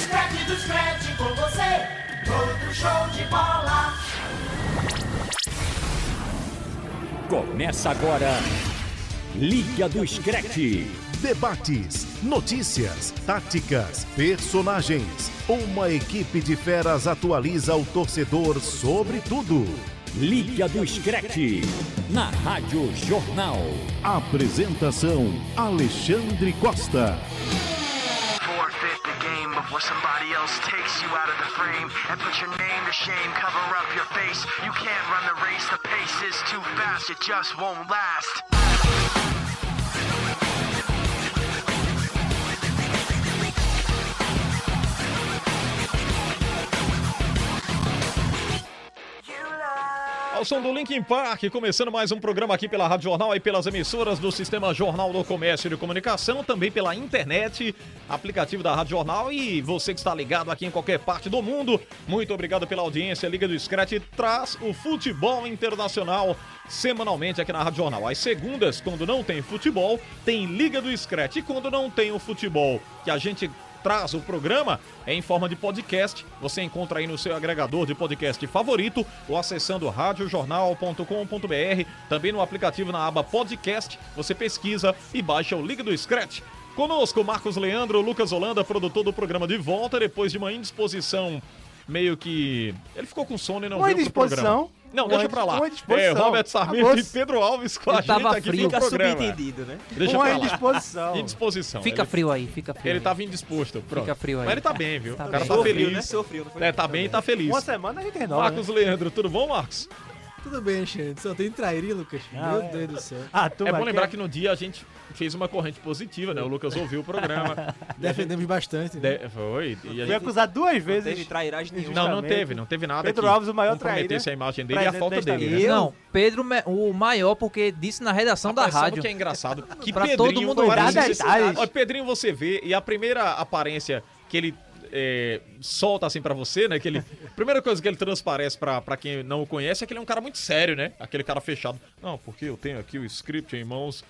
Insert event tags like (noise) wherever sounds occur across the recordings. Scratch do Scratch com você, todo show de bola. Começa agora. Liga do Screte. Debates, notícias, táticas, personagens. Uma equipe de feras atualiza o torcedor sobre tudo. Liga do Screte. Na Rádio Jornal. Apresentação: Alexandre Costa. forfeit the game before somebody else takes you out of the frame and put your name to shame. Cover up your face. You can't run the race. The pace is too fast. It just won't last. Ao som do Linkin Park, começando mais um programa aqui pela Rádio Jornal e pelas emissoras do Sistema Jornal do Comércio e de Comunicação, também pela internet, aplicativo da Rádio Jornal e você que está ligado aqui em qualquer parte do mundo, muito obrigado pela audiência. A Liga do Scratch traz o futebol internacional semanalmente aqui na Rádio Jornal. Às segundas, quando não tem futebol, tem Liga do Scratch. E quando não tem o futebol que a gente traz o programa é em forma de podcast. Você encontra aí no seu agregador de podcast favorito ou acessando radiojornal.com.br, também no aplicativo na aba podcast. Você pesquisa e baixa o Liga do Scratch. Conosco, Marcos Leandro, Lucas Holanda, produtor do programa de volta, depois de uma indisposição meio que. Ele ficou com sono e não Uma veio pro indisposição. programa. Não, Uma deixa indi- pra lá. uma É, indisposição. Robert Sarmento e Acabou-se. Pedro Alves com a gente aqui no um programa. né? Deixa Uma pra lá. indisposição. Indisposição. Fica Ele- frio aí, fica frio. Ele tá aí. tava indisposto. Pronto. Fica frio aí. Mas ele tá bem, viu? Tá o cara bem. tá Sofreu, feliz. né? Sofreu, não foi? É, tá bem e tá feliz. Uma né? semana a gente renova. Marcos Leandro, tudo bom, Marcos? Tudo bem, Xande. Só tem trairi, Lucas. Ah, Meu é. Deus do céu. Ah, tu É bom lembrar que no dia a gente fez uma corrente positiva, né? O Lucas ouviu o programa. Defendemos bastante. Né? De- Foi. E a Foi gente... acusado duas vezes. trairagem Não, não teve, (laughs) não teve nada. Pedro que Alves, o maior comprometesse traíra a imagem dele e a presente falta nesta dele. vida. Né? Eu? Não, Pedro, me- o maior, porque disse na redação Rapaz, da sabe rádio. o que é engraçado? Que Pra Pedrinho, todo mundo ouvir. parece Nada que- detalhes. Olha, Pedrinho você vê, e a primeira aparência que ele é, solta assim pra você, né? Que ele, a primeira coisa que ele transparece pra pra quem não o conhece é que ele é um cara muito sério, né? Aquele cara fechado. Não, porque eu tenho aqui o script em mãos.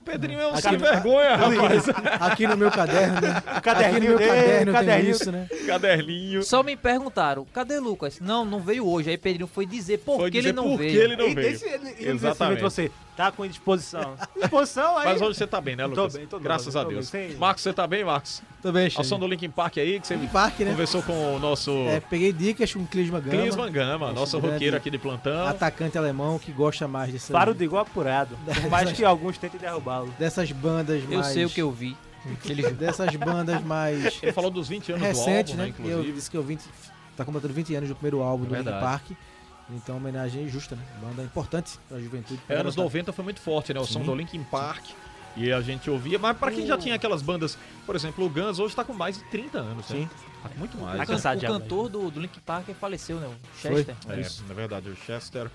O Pedrinho é um sem vergonha, rapaz. Aqui no meu caderno, né? O Aqui no meu caderninho dele, o caderno eu tenho caderninho. isso, né? Caderninho. Só me perguntaram, cadê Lucas? Não, não veio hoje. Aí Pedrinho foi dizer por Foi que dizer ele não por veio. que ele não E veio. desse- ele- ele Exatamente. Exatamente. você tá com indisposição. Disposição aí. Mas hoje você tá bem, né, Lucas? bem, tô bem, Graças tô a bem, Deus. sem- Marcos, você tá bem, Marcos? Tudo bem, Ao som Xande. do Linkin Park aí, que você Park, né? conversou com o nosso É, peguei dicas com o Clisma Gama. Clis Mangama, nosso grande roqueiro aqui de plantão. Atacante alemão que gosta mais dessa, Faro de igual apurado. Por mais que alguns tentem derrubá-lo. dessas bandas Eu mais... sei o que eu vi. que ele viu. Dessas bandas (laughs) mais Ele falou dos 20 anos recentes, do né? É álbum, Que né? eu Inclusive. disse que eu vim... Tá completando 20 anos do primeiro álbum do Linkin verdade. Park. Então, uma homenagem justa, né? Banda importante pra juventude. É, pra anos garotada. 90 foi muito forte, né? O som do Linkin Park. E a gente ouvia, mas pra quem já tinha aquelas bandas, por exemplo, o Guns hoje tá com mais de 30 anos, né? Sim. Tá com muito O mais. Tá can- né? cansado o já, cantor do, do Link Parker faleceu, né? O Chester. É, na verdade, o Chester.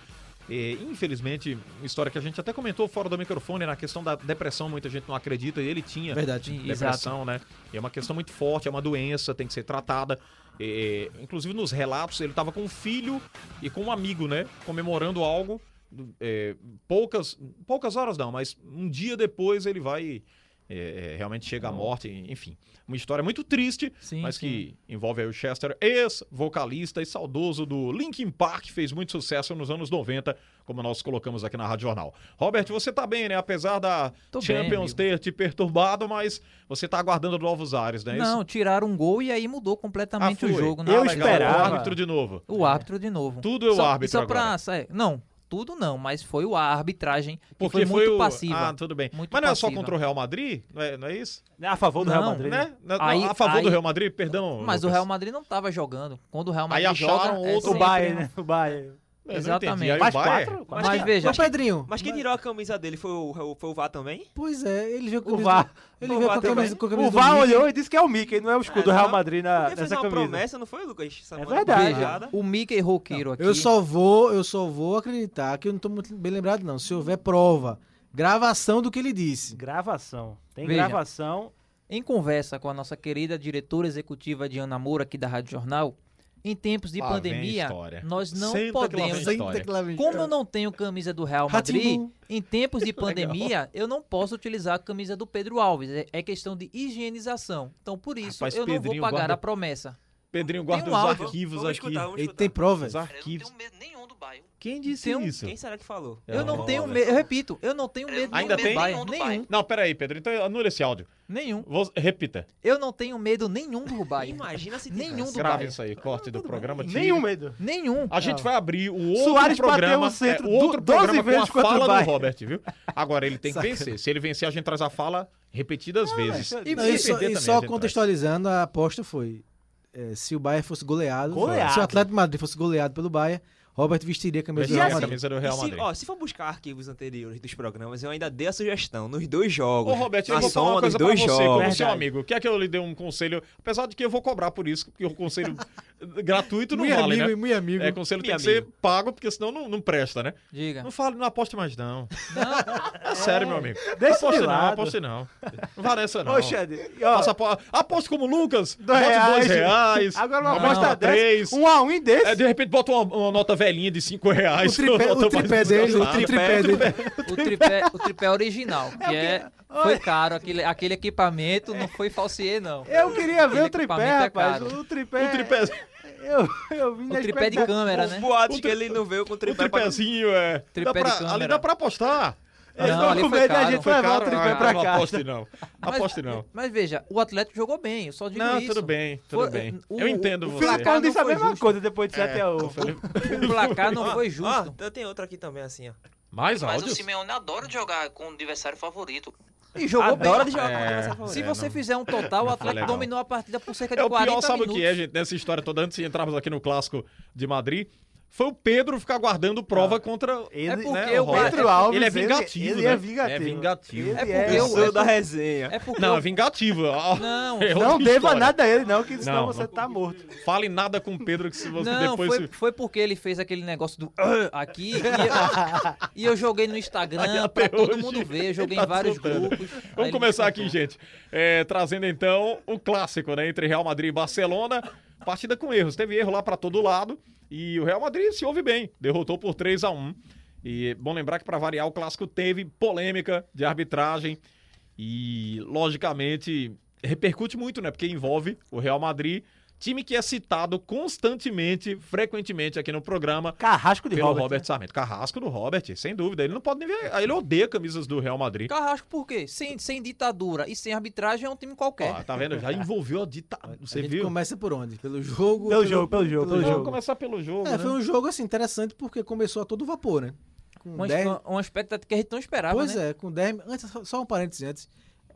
eh, infelizmente, uma história que a gente até comentou fora do microfone, na questão da depressão, muita gente não acredita, e ele tinha É Verdade. depressão, né? E é uma questão muito forte, é uma doença, tem que ser tratada. Eh, inclusive nos relatos, ele estava com um filho e com um amigo, né? Comemorando algo. eh, poucas, poucas horas não, mas um dia depois ele vai. eh, eh, realmente chega à morte, enfim. Uma história muito triste, Sim, mas sim. que envolve aí o Chester, ex-vocalista e saudoso do Linkin Park, fez muito sucesso nos anos 90, como nós colocamos aqui na Rádio Jornal. Robert, você tá bem, né? Apesar da Tô bem, Champions amigo. ter te perturbado, mas você tá aguardando novos ares, né? Ah, Não, tiraram um gol e aí mudou completamente o jogo. né? Eu Legal. esperava. O árbitro de novo. O árbitro de novo. Tudo é o só, árbitro Só pra, agora. sair- não, tudo não, mas foi o- a arbitragem que Porque foi muito o... passiva. Ah, tudo bem. Muito mas não é só passiva. contra o Real Madrid? Não é, não é isso? A favor do Real Não, Madrid. né? Né? Não, Aí- a favor aí- do Real Madrid, perdão. Mas o Lucas. Real Madrid não tava jogando. Quando o Real Madrid acharam joga, é outro O sempre- Bayern, né? O Bayern. Eu É, não Exatamente. entendi. Aí o Mais Bayern- quatro? Mas, veja, Mas, Pedrinho, Mas quem tirou a camisa dele foi o, foi o Vá também? pois é, ele veio com O a VAR. camisa- Ele O veio com VAR a camisa, com a camisa O do VAR Mickey. olhou e disse que é o Mickey, não é o escudo do É, Real não. Madrid na, Porque fez nessa uma Ah, camisa. promessa, não foi, Lucas? tá Essa É moda verdade. pesada. o Mickey roqueiro aqui. Eu só vou, eu só vou acreditar que eu não tô muito bem lembrado não. Se houver prova, gravação do que ele disse. Gravação. Tem Veja. gravação. Em conversa com a nossa querida diretora executiva Diana Moura, aqui da Rádio Jornal, em tempos de Lá vem pandemia, história. nós não Senta que lá vem podemos. história. Como eu não tenho camisa do Real Madrid, Ratimbum. em tempos de pandemia, eu não posso utilizar a camisa do Pedro Alves. É- É questão de higienização. Então, por isso, Rapaz, eu não vou Pedrinho pagar guarda- a promessa. Pedrinho, guarda Tem os um áudio. arquivos vamos aqui. escutar, Tá, vamos Ele escutar. tem prova. Os arquivos. medo nenhum do bairro. Quem disse Então, isso? Quem será que falou? Eu não Olha. tenho medo, eu repito, eu não tenho medo Ainda nenhum tem? do bairro. Nenhum, Não, peraí, Pedro. Então anula esse áudio. nenhum. Vou- Repita. Eu não tenho medo nenhum do bairro. Imagina se tivesse. Nenhum do Grave bairro. isso aí. Corte do programa. tire. Nenhum medo. Nenhum. A gente vai abrir o outro Soares bateu programa, o centro é, o outro do- 12 programa vezes com a contra o fala do Bayern. Robert, viu? Agora ele tem que vencer. Se ele vencer, a gente traz a fala repetidas vezes. isso- E Não, se e só, perder e também, só a gente contextualizando, a aposta foi: é, se o Bayern fosse goleado, Goleado. se o Atlético de Madrid fosse goleado pelo Bayern, Robert vestiria a traz. camisa do Vestiria Real a Madrid. camisa do E Real se, Madrid. ó, se for buscar arquivos anteriores dos programas, eu ainda dei a sugestão nos dois jogos. Ô, Roberto, eu a vou falar uma soma dos coisa pra você, dois jogos. como seu Verdade. amigo. Quer que eu lhe dê um conselho? Apesar de que eu vou cobrar por isso, porque o conselho (laughs) gratuito não Muito vale, amigo, e né? muito amigo. É, conselho tem Meu que amigo. ser pago, porque senão não, não presta, né? Diga. Não fale, não aposte mais, não. É sério, meu amigo. Deixa de aposte não, lado. aposte não. Não vale essa, não. Ô, Xande, e, ó, Faça apo- Aposto como o Lucas, dois bota dois reais. reais. Agora uma bota aposta três. dessa. Um a um em desse. É, de repente bota uma, uma nota velhinha de cinco O reais. tripé, uma nota o mais tripé dele, o desgastada. Um tripé dele. O (laughs) tripé, o tripé original, que é, foi caro, aquele, aquele equipamento não foi falsier, não. É, Eu queria ver Aquele o tripé, equipamento é rapaz. caro. é. O tripé. O Um tripé- Eu, eu vim O na Um tripé de expectativa. câmera, Os né? boatos que ele não veio com o O tripé pra tripézinho, é. Tripé Dá de pra- câmera. Ah, ali dá pra apostar. Eles Então, Não, tão ali com foi medo de a caro. gente Foi levar o caro, tripé ah, pra não cá. aposte não. Aposte não. Mas veja, o Atlético jogou bem, eu só digo Não, isso. tudo bem, tudo Foi- uh, bem. o- Eu entendo o você. placar Filipão não disse a foi mesma justo. coisa depois de É. 7 a 1. O (laughs) placar não foi justo. Ó, eu tenho outra aqui também, assim, ó. Mais um áudios? Simeone adora jogar com o adversário favorito. E jogou Adora de bem. jogar com o adversário É. favorito. Se você fizer um total, o Atlético legal. dominou a partida por cerca de É o 40 pior, sabe o minutos. que é, gente, nessa história toda, antes de entrarmos aqui no clássico de Madrid, foi o Pedro ficar guardando prova contra. Ele- É porque né, o Roberto? Pedro Alves, ele é ele- vingativo. ele né? é vingativo. É vingativo. Ele É porque é- eu- sou é da porque- resenha. É porque Não, eu- é vingativo. Ah, Não. (laughs) é outra Não deva história. nada a ele, não, que senão Não, você não. tá morto. Fale nada com o Pedro que se você Não, depois. foi, se- foi porque ele fez aquele negócio do "Ah", aqui e eu, (laughs) e eu joguei no Instagram até pra todo hoje mundo ver, ele eu joguei tá em vários soltando. grupos. aí Vamos ele começar aqui, descontou. gente. É, trazendo então o clássico, né? Entre Real Madrid e Barcelona. Partida com erros. Teve erro lá pra todo lado. E o Real Madrid se ouve bem. Derrotou por 3 a 1 E é bom lembrar que, pra variar, o clássico teve polêmica de arbitragem. E, logicamente, repercute muito, né? Porque envolve o Real Madrid, time que é citado constantemente, frequentemente aqui no programa Carrasco de pelo Robert, Robert. Sarmento. Carrasco do Robert, sem dúvida. Ele não pode nem ver. É. Ele odeia camisas do Real Madrid. Carrasco, por quê? Sem, sem ditadura e sem arbitragem é um time qualquer. Ó, tá vendo? Já envolveu a ditadura. A Você gente viu? começa por onde? Pelo jogo? Pelo jogo, pelo jogo, pelo Vamos jogo. começar pelo jogo. É, né? foi um jogo assim interessante porque começou a todo vapor, né? Com uma, 10 espe- uma expectativa que a gente não esperava, Pois né? é, com 10 mi- antes só- Só um parênteses antes.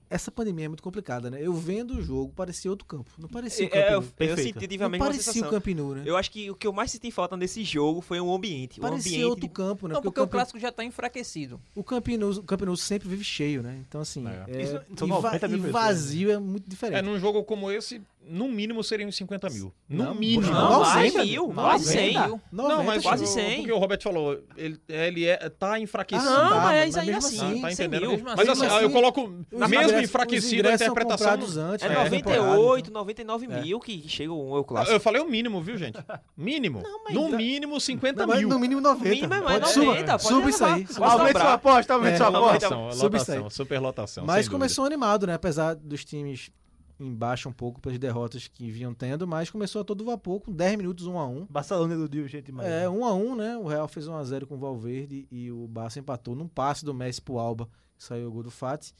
Essa pandemia é muito complicada, né? Eu vendo o jogo, parecia outro campo. Não parecia o Camp É, eu, Nou. eu Perfeito. senti, tive a Não mesma parecia o sensação. Camp Nou, né? Eu acho que o que eu mais senti falta nesse jogo foi um ambiente. Um Parecia ambiente outro de campo, né? Não, porque o Camp Nou- clássico já tá enfraquecido. O Camp Nou, o Camp Nou sempre vive cheio, né? Então, assim, é. Isso- são e 90 mil e pessoas, né? vazio é muito É, diferente. num jogo como esse, no mínimo seriam 50 mil. No Não, mínimo. não, não, mais cem, mil, não, mais noventa, cem. Não, Não, 90, mas quase o- 100. Porque o Roberto falou, ele, ele é, tá Ah, enfraquecido. Não, tá, mas mas ainda mesmo assim, Ah, assim, tá cem entendendo? mil. Mas assim, Mesmo eu assim, coloco os mesmo ingressos- os enfraquecido a ingressos são interpretação. comprados antes, É É, né, da temporada, 98, então. 99 mil que chegou um eu Eu- clássico. Eu falei o mínimo, viu, gente? Mínimo. no mínimo 50 Não, mas mil. no mínimo 90. mínimo é mais Pode- 90, suba, pode suba isso levar. aí. Pode suba isso aí. Aumenta sua aposta, aumenta sua É, aposta. lotação, Sobe isso aí. lotação, superlotação. Mas sem começou animado, né? Apesar dos times embaixo um pouco pelas derrotas que vinham tendo, mas começou a todo vapor com 10 minutos 1 a 1. Barcelona iludiu, gente, mas. É, 1 a 1, né? O Real fez 1 a 0 com o Valverde e o Barça empatou num passe do Messi pro Alba, que saiu o gol do Fati.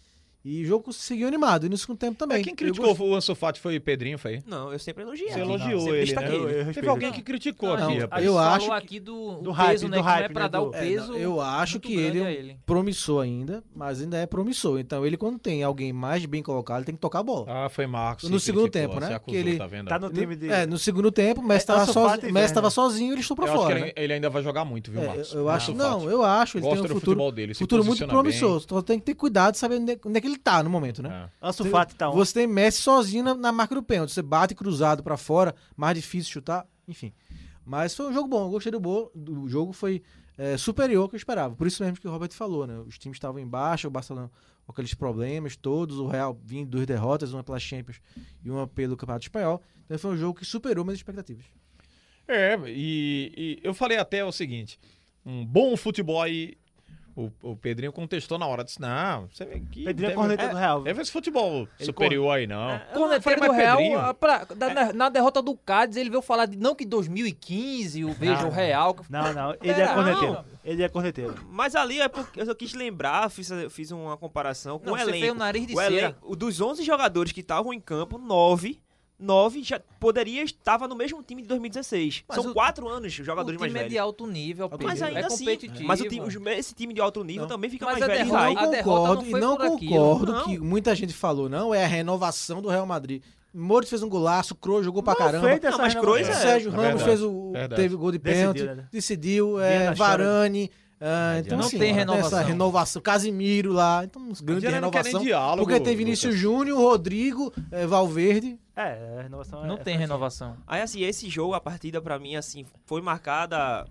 E o jogo seguiu animado, e no segundo tempo também. É, quem Eu criticou gost- o Ansu Fati foi o Pedrinho, foi? Não, eu sempre elogiei. Você elogiou sempre ele, né? destaquei Eu- eu Teve respeito. alguém que criticou Não, aqui, eu- rapaz. a gente falou acho que- aqui do, do o hype, peso, do né? que não é hype, pra né, dar do- o É, peso. não, eu acho muito que ele grande é um a ele. promissor ainda, mas ainda é promissor. Então ele, quando tem alguém mais bem colocado, ele tem que tocar a bola. Ah, foi Marcos. No que segundo criticou, tempo, né? Você Que acusou, ele- tá vendo? Tá no No- time de. É, no segundo tempo, o Messi É, tá estava sofá sozinho, e Messi vem, tava né? sozinho e ele estou pra eu acho que é fora. ele, né? ele ainda vai jogar muito, viu, É, Marcos? eu, eu acho, Ansu não, né? Fati. eu acho. Gosto Ele tem do futebol um futuro, dele, se futuro muito posiciona promissor. Só tem que ter cuidado, saber onde, onde é que ele tá no momento, né? É. Ansu Fati tá um. Você tem Messi sozinho na, na marca do pênalti. Você bate cruzado pra fora, mais difícil chutar, enfim. Mas foi um jogo bom, eu gostei do, bo... do jogo, foi é, superior ao que eu esperava. Por isso mesmo que o Robert falou, né? Os times estavam embaixo, o Barcelona com aqueles problemas todos, o Real vindo duas derrotas, uma pela Champions e uma pelo Campeonato Espanhol. Então foi um jogo que superou minhas expectativas. É, e, e eu falei até o seguinte: um bom futebol. aí, O, o Pedrinho contestou na hora, disse: Não, você vem aqui. Pedrinho é deve- corneta do Real. Deve esse futebol superior aí, não. Eu falei, Corneteiro mas do Real, Pedrinho, ah, pra- da- na, na derrota do Cádiz, ele veio falar de não que 2015, o Veja o Real. que- Não, não, ele é Pera, corneteiro. não. Ele é corneteiro. Mas ali é porque eu só quis lembrar, fiz, fiz uma comparação com Não, o você elenco. fez o nariz de o cera. elenco- o dos 11 jogadores que estavam em campo, 9, 9 já poderia estar no mesmo time de 2016. Mas São o- 4 anos os O jogadores time mais é de velhos. alto nível, Pedro. Mas ainda é assim, competitivo. mas o time- os- esse time de alto nível Não. também fica Mas mais a velho. e E derrota- vai. não É, a derrota concordo, não e foi não por aquilo. concordo Não. que muita gente falou, não, é a renovação do Real Madrid. Moro fez um golaço, Kroos jogou pra caramba. Feita Não, essa mas renovação. Kroos é- Sérgio É Ramos verdade, fez o, verdade. teve gol de Decidiu, pênalti, né? decidiu, Vinha é, na história. Varane. ah, então, não assim, tem essa renovação. renovação. Casimiro lá, então uns grandes Diana não quer nem renovação. diálogo, Porque tem Vinícius Lucas. Júnior, Rodrigo, eh, Valverde. É, a renovação Não é- tem renovação. Aí, assim, esse jogo, a partida, pra mim, assim, foi marcada,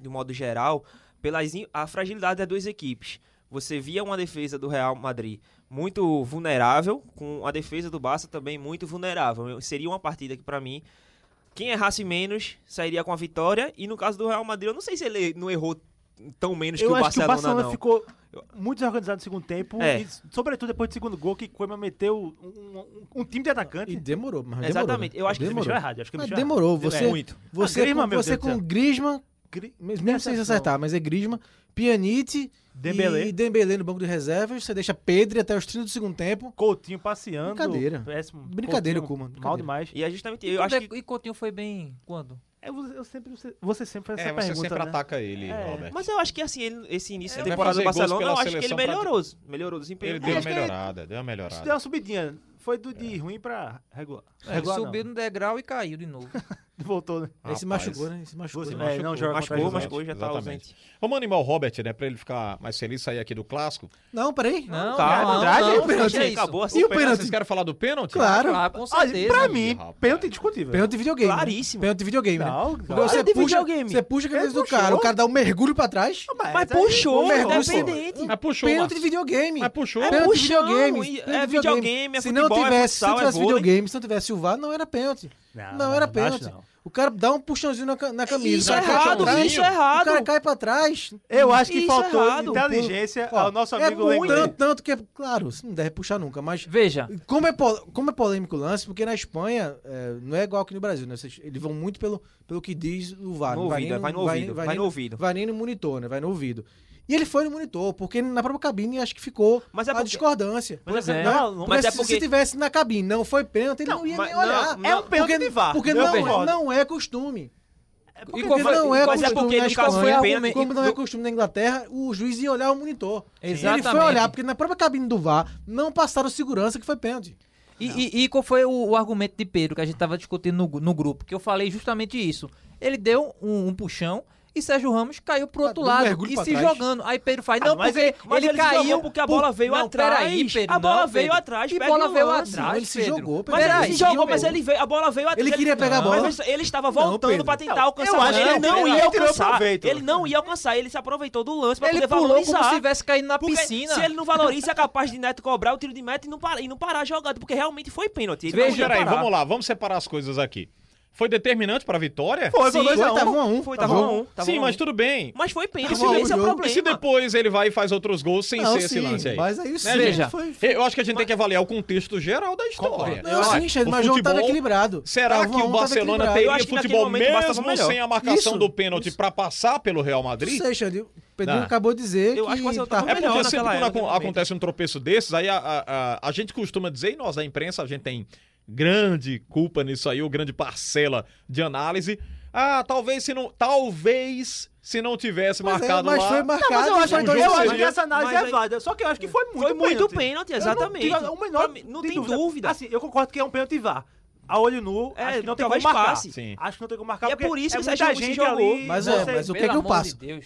de um modo geral, pela a fragilidade das duas equipes. Você via uma defesa do Real Madrid muito vulnerável, com a defesa do Barça também muito vulnerável. Eu- Seria uma partida que, pra mim, quem errasse menos sairia com a vitória. E no caso do Real Madrid, eu não sei se ele não errou tão menos Eu que o acho que o Barcelona, Barcelona não. ficou muito desorganizado no segundo tempo. É. e, sobretudo depois do segundo gol, que Coima meteu um, um- um time de atacante. E demorou, mas demorou. Exatamente, eu acho que ele demorou. Mexeu errado, acho que Mas mexeu demorou, errado. você, É. você, Ah, Griezmann, com, meu você Deus do com céu. Grisma, mesmo sem se acertar, mas é Grisma, Pianite Dembélé. e Dembélé no banco de reservas, você deixa Pedro até os 30 do segundo tempo. Coutinho passeando. Brincadeira. Péssimo. Brincadeira, Coutinho, Koeman, Mal brincadeira. demais. E é justamente, E eu acho Coutinho- que... E Coutinho foi bem quando? É, você, eu sempre, você, você sempre faz essa É, você pergunta, sempre né? ataca ele, É. Robert. Mas eu acho que, assim, ele- esse início Ele de vai temporada fazer do gols Barcelona, pela eu acho que ele seleção pra- melhorou. Melhorou o desempenho. Ele dele. deu uma acho que ele- melhorada, deu uma Isso deu melhorada. uma subidinha. Foi do de É. ruim pra regular. Ele Regular, subiu no degrau e caiu de novo. não. Voltou, né? Aí se Rapaz. machucou, né? Se machucou. Você né? machucou. não joga contra assim, machucou, a machucou, já tá Exatamente. ausente. Vamos animar o Robert, né? Pra ele ficar mais feliz sair aqui do clássico. Não, peraí. Não, Tá, cara, Ah, não, verdade, não, é não, pênalti. gente, é isso. Acabou assim. E o Ah, pênalti? Vocês querem falar do pênalti? Claro. Ah, com Olha, certeza. pra mim, rapaz. pênalti indiscutível. Pênalti de videogame. né? Claríssimo. Pênalti de videogame, Não, né? Porque claro. você É de puxa, videogame. É, você puxa a Ele cabeça do puxou. cara, o cara dá um mergulho pra trás. Mas aí- puxou, Mas é puxou. dependente. Mas puxou, Pênalti Marcos. de videogame. Mas puxou. É Pênalti de puxão, videogame. e- Pênalti é de videogame, é se não futebol, é tivesse, se futsal, não é tivesse vôlei. videogame, se não tivesse silvado, não era pênalti. Não, Não, não, era não pênalti. acho não. O cara dá um puxãozinho na, ca- na camisa. Isso o é cara cai pra errado, trás, isso é errado. O cara cai pra trás. Eu acho que Isso é faltou errado. inteligência Ó, ao nosso amigo é Lenglet. tanto, tanto que, é- claro, você não deve puxar nunca, mas Veja, como é, pol- como é polêmico o lance, porque na Espanha é, não é igual aqui no Brasil, né? Vocês- eles vão muito pelo, pelo que diz o VAR. No não ouvido, é, nem vai no ouvido, vai nem no ouvido. Vai nem no monitor, né? Vai no ouvido. E ele foi no monitor, porque na própria cabine acho que ficou Mas é a porque- discordância. Pois é. Né? Não, não- Mas Porque é se, porque- se tivesse na cabine, não foi pênalti, ele não, ia mas nem não, olhar. não, É um pênalti porque, de VAR. Porque Eu não, concordo. não é costume. e Porque qual foi- não é mas é costume porque na no caso Espanha, foi pênalti. como não é costume na Inglaterra, o juiz ia olhar o monitor. Ele foi Exatamente. olhar, porque na própria cabine do VAR não passaram segurança que foi pênalti. E, e- e qual foi o, o argumento de Pedro que a gente tava discutindo no, gru- no grupo? Que eu falei justamente isso. Ele deu um, um puxão e Sérgio Ramos caiu pro Tá outro Ah, deu um lado mergulho e pra se trás. jogando. Aí Pedro faz, não, Ah, mas porque ele- mas ele, ele se caiu. jogou porque a por- bola veio não, atrás. Peraí, Pedro, A bola não, veio Pedro. atrás, Que pega bola no veio lance. atrás, Ele se Pedro. jogou, Pedro. Mas Peraí, ele se Peraí, jogou, mas Pedro. ele veio, a bola veio atrás. Ele queria pegar a bola. Mas ele estava Não, voltando Pedro. pra tentar alcançar. eu acho que ele ele não tirou ia proveito. alcançar. Ele não ia alcançar, ele se aproveitou do lance pra Ele poder pulou valorizar. como se tivesse caído na Porque piscina. se ele não valoriza, é capaz de Neto cobrar o tiro de meta e não parar, e não parar a jogada, porque realmente foi pênalti. Ele não Veja, podia peraí, parar. vamos lá, vamos separar as coisas aqui. Foi determinante pra vitória? Foi, Sim, foi 2 a 1 tava um a um, Foi, tava tava um 1 a um. um, tava Tá Sim, um a mas um. tudo bem. Mas foi pênalti, Tava um a um esse é o o jogo. E problema. se depois ele vai e faz outros gols sem Não, ser esse sim, lance aí? Né, Mas aí sim, veja. foi. Eu acho que a gente tem que avaliar o contexto geral da história. Não, sim, Xande, mas o jogo tava futebol- equilibrado. Será Tava um que a o um, tava Barcelona equilibrado. Eu teria acho que naquele futebol momento o Barça tava mesmo melhor. sem a marcação Isso, do pênalti pra passar pelo Real Não Madrid? sei, Xande. O Pedrinho Não. acabou de dizer Eu que tá acho que tá o Barcelona tava tava É melhor porque sempre naquela quando era, acon- naquele momento. acontece um tropeço desses, aí a, a, a- a gente costuma dizer, e nós da imprensa, a gente tem grande culpa nisso aí, ou grande parcela de análise. Ah, talvez se não. Talvez se não tivesse Mas é, marcado mas lá. foi marcado. Mas eu acho, foi um eu jogo dois a um. acho seria- que essa análise Mas é aí- válida. Só que eu acho que foi muito Foi muito pênalti. pênalti, Eu não exatamente. tive o menor- Pra mim, tem tem dúvida. Assim, eu concordo que é um pênalti vá. A olho nu, É, acho que não não tem tem como mais marcar. passe. Sim. Acho que não tem como marcar. E é porque por isso que muita o Sérgio Ramos gente se jogou. ali, Mas não é, sei. mas o que é Pelo que eu amor de passo? Deus.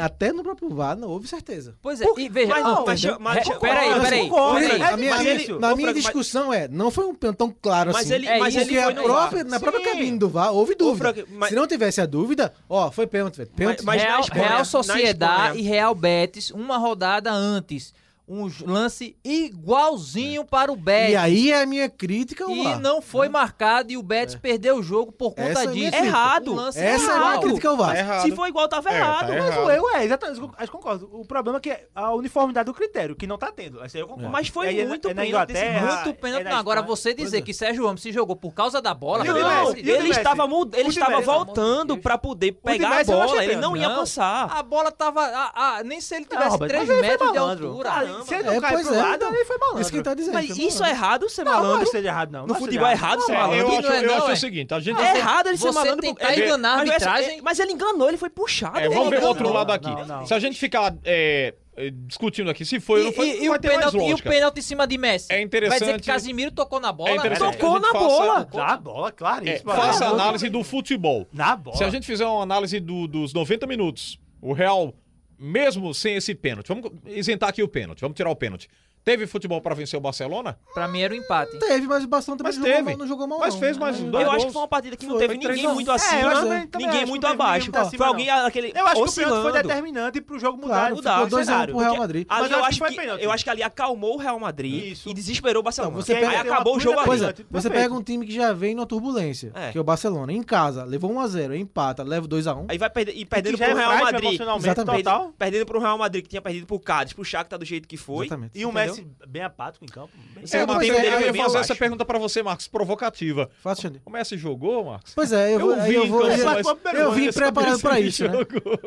Até no próprio VAR não houve certeza. Pois é, e veja, mas ah, não, mas- entendeu? mas- Re- peraí, mas peraí. concordo, peraí. mas- a minha, mas minha- ele- na ô, minha Franco, mas- discussão é, não foi um pênalti tão claro Mas assim. ele- É mas isso porque ele que foi a no própria, VAR. na própria Sim. cabine do VAR houve dúvida. Franco, mas- Se não tivesse a dúvida, ó, foi pênalti, velho. Pênalti. Mas na Real, Espanha- Real na Sociedade Espanha- e Real Betis, uma rodada antes. um lance igualzinho para o Betis. E aí é a minha crítica, ao E VAR. não foi marcado e o Betis perdeu o jogo por conta Essa é a disso. minha crítica. Errado. Um lance Essa é a minha errado. crítica ao VAR. errado. Se for igual, tava É, tá errado. Mas errado. o erro é, exatamente, eu acho que concordo. O problema é que é a uniformidade do critério, que não tá tendo. Isso aí eu concordo. Mas foi E aí é na- muito é na pênalti, Inglaterra, Muito pênalti. é na Não, agora Espanha. você dizer que Sérgio Ramos se jogou por causa da bola. assim. E o pelo Messi? amor Não, de E o Deus. de ele Messi? estava mud... ele O de estava Messi? voltando pra poder pegar a Messi eu não achei bola, ele pênalti. não ia Não. avançar. A bola tava. a- a- nem se ele tivesse Robert, 3 mas ele foi metros de malandro. altura. Ah, Caramba, se ele velho. não É, cai pois pro é, lado, então. ele foi malandro. Isso que ele tá dizendo. Mas foi isso é malandro. errado ser Não, não malandro? esteja errado, não. No Não futebol é esteja errado ser É, eu malandro? Não acho, é eu não, acho é. o seguinte, a gente... É errado ele ser Você malandro. tentar porque- enganar a Mas, assim, arbitragem. Mas ele enganou, ele foi puxado. É, vamos ele ver o enganou. outro não, lado não, aqui. não. Se a gente ficar é, é, discutindo aqui se foi ou não foi, E- e- não e vai o ter mais pênalti- e o lógica. pênalti em cima de Messi. É Vai dizer interessante- que Casimiro tocou na bola. É interessante Tocou que a gente na faça- bola. Na bola, claro. É, isso, mano. faça a Na assim, bola. análise do futebol. Na bola. Se a gente fizer uma análise do- dos 90 minutos, o Real, mesmo sem esse pênalti, vamos isentar aqui o pênalti, vamos tirar o pênalti. Teve futebol pra vencer o Barcelona? Pra mim era o empate. Teve, mas o Bastão também Mas não, jogou teve. mal, não jogou mal. Mas não. Ah, fez mais um, dois Eu gols. acho que foi uma partida que não Foi, teve foi três ninguém a um. muito É, eu acima, né? também- ninguém também então muito acho que não teve abaixo. ninguém muito Foi acima, alguém aquele Eu acho que o pênalti foi oscilando. determinante pro jogo mudar. Claro, de mudar. futebol. Ficou 2 a 1 cenário, pro Real porque Madrid. Ali Mas eu, acho que, pênalti. eu acho que ali acalmou o Real Madrid Isso. e desesperou o Barcelona. Não, você aí pega- acabou o jogo Pois ali. é. Você Perfeito. pega um time que já vem numa turbulência, É. que é o Barcelona. Em casa, levou 1x0, empata, leva 2x1. Aí vai perder, e Perdendo perdendo pro É, Real Madrid. Exatamente. total. Perdendo, perdendo pro Real Madrid, que tinha perdido pro Cádiz, pro Shakhtar do jeito que foi. Exatamente. E o Messi bem apático em campo. Bem- Você É, não pois tem é, dele eu ia também, fazer eu essa acho. pergunta pra você, Marcos, provocativa. Faz sentido. O Messi jogou, Marcos? Pois é, eu, vou- Eu aí vi então, eu vou. em campo, eu- mas- eu vim Esse preparado pra Messi isso, né? jogou.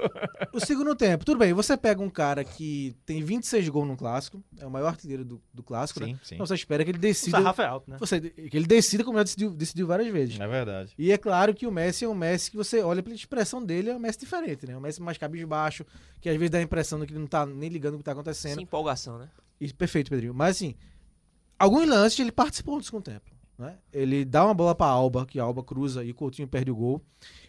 O segundo tempo, tudo bem, você pega um cara que tem 26 gols no clássico, é o maior artilheiro do, do clássico, Sim, né? sim. Então você espera que ele O decida. sarrafo é alto, né? Você, que ele decida como já decidiu, decidiu várias vezes. É verdade. E é claro que o Messi é um Messi que você olha pela expressão dele, é um Messi diferente, né? Um Messi mais cabisbaixo, que às vezes dá a impressão de que ele não tá nem ligando o que tá acontecendo. Sem empolgação, né? Isso, perfeito, Pedrinho. Mas assim, alguns lances ele participou do segundo tempo. Né? Ele dá uma bola pra Alba, que a Alba cruza e o Coutinho perde o gol.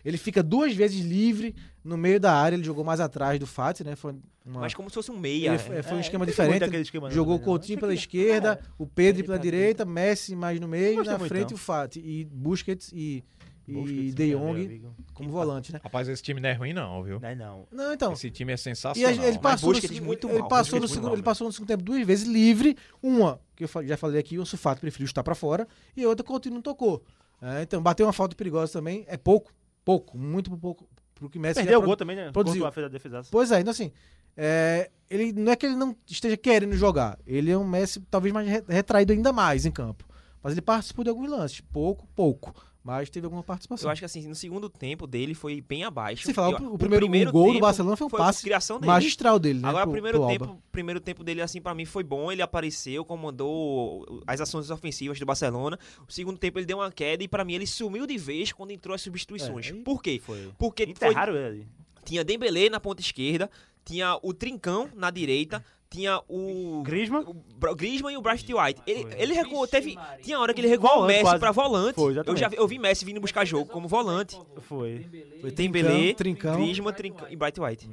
Ele fica duas vezes livre no meio da área, ele jogou mais atrás do Fati, né? Foi uma- Mas como se fosse um ele meia. né? foi, foi um É, esquema tem diferente. muito aquele esquema, né, jogou o também, né? Coutinho pela esquerda, É, o Pedro Ele pela tá direita, Messi mais no meio, Gostei na muito, frente não. o Fati e Busquets e, e Busquets, De meu Jong amigo. como volante, né? Rapaz, esse time não é ruim não, viu? Não, é não. Não, então, Esse time é e a- sensacional. né? ele passou, no, Busquets segundo- muito ele mal, passou Busquets no muito segundo, mal ele passou no segundo tempo duas vezes livre, uma que eu fa- já falei aqui, o Sufato preferiu chutar pra fora e a outra o Coutinho não tocou. É, então bateu uma falta perigosa também, é pouco, pouco, muito pouco pro que Messi já Perdeu o pro- gol também, né? produziu. Gol, fez a defesaça. Pois é, então assim, é, ele não é que ele não esteja querendo jogar, ele é um Messi talvez mais re- retraído ainda mais em campo, mas ele participou de alguns lances, pouco, pouco, mas teve alguma participação. Eu acho que assim, no segundo tempo dele foi bem abaixo. Se falar, Eu- o, o primeiro, gol do tempo Barcelona foi um foi passe criação dele. magistral dele, né? Agora, o pro- primeiro pro Alba. tempo, primeiro tempo dele, assim, pra mim foi bom. Ele apareceu, comandou as ações ofensivas do Barcelona. O segundo tempo, ele deu uma queda e, pra mim, ele sumiu de vez quando entrou as substituições. É, aí Por quê? Foi. Porque foi, Enterraram ele ali. tinha Dembélé na ponta esquerda, tinha o Trincão na direita, tinha o... Griezmann. o Bra- Griezmann e o Bright White. Ele, ele recuou, Vixe, teve. Maria. Tinha hora que ele recuou o Volante, Messi quase. pra volante. Foi, eu exatamente. já vi- eu vi Messi vindo buscar jogo como volante. Foi. Foi Tem Belê, Trincão. Griezmann Trincão e Bright White.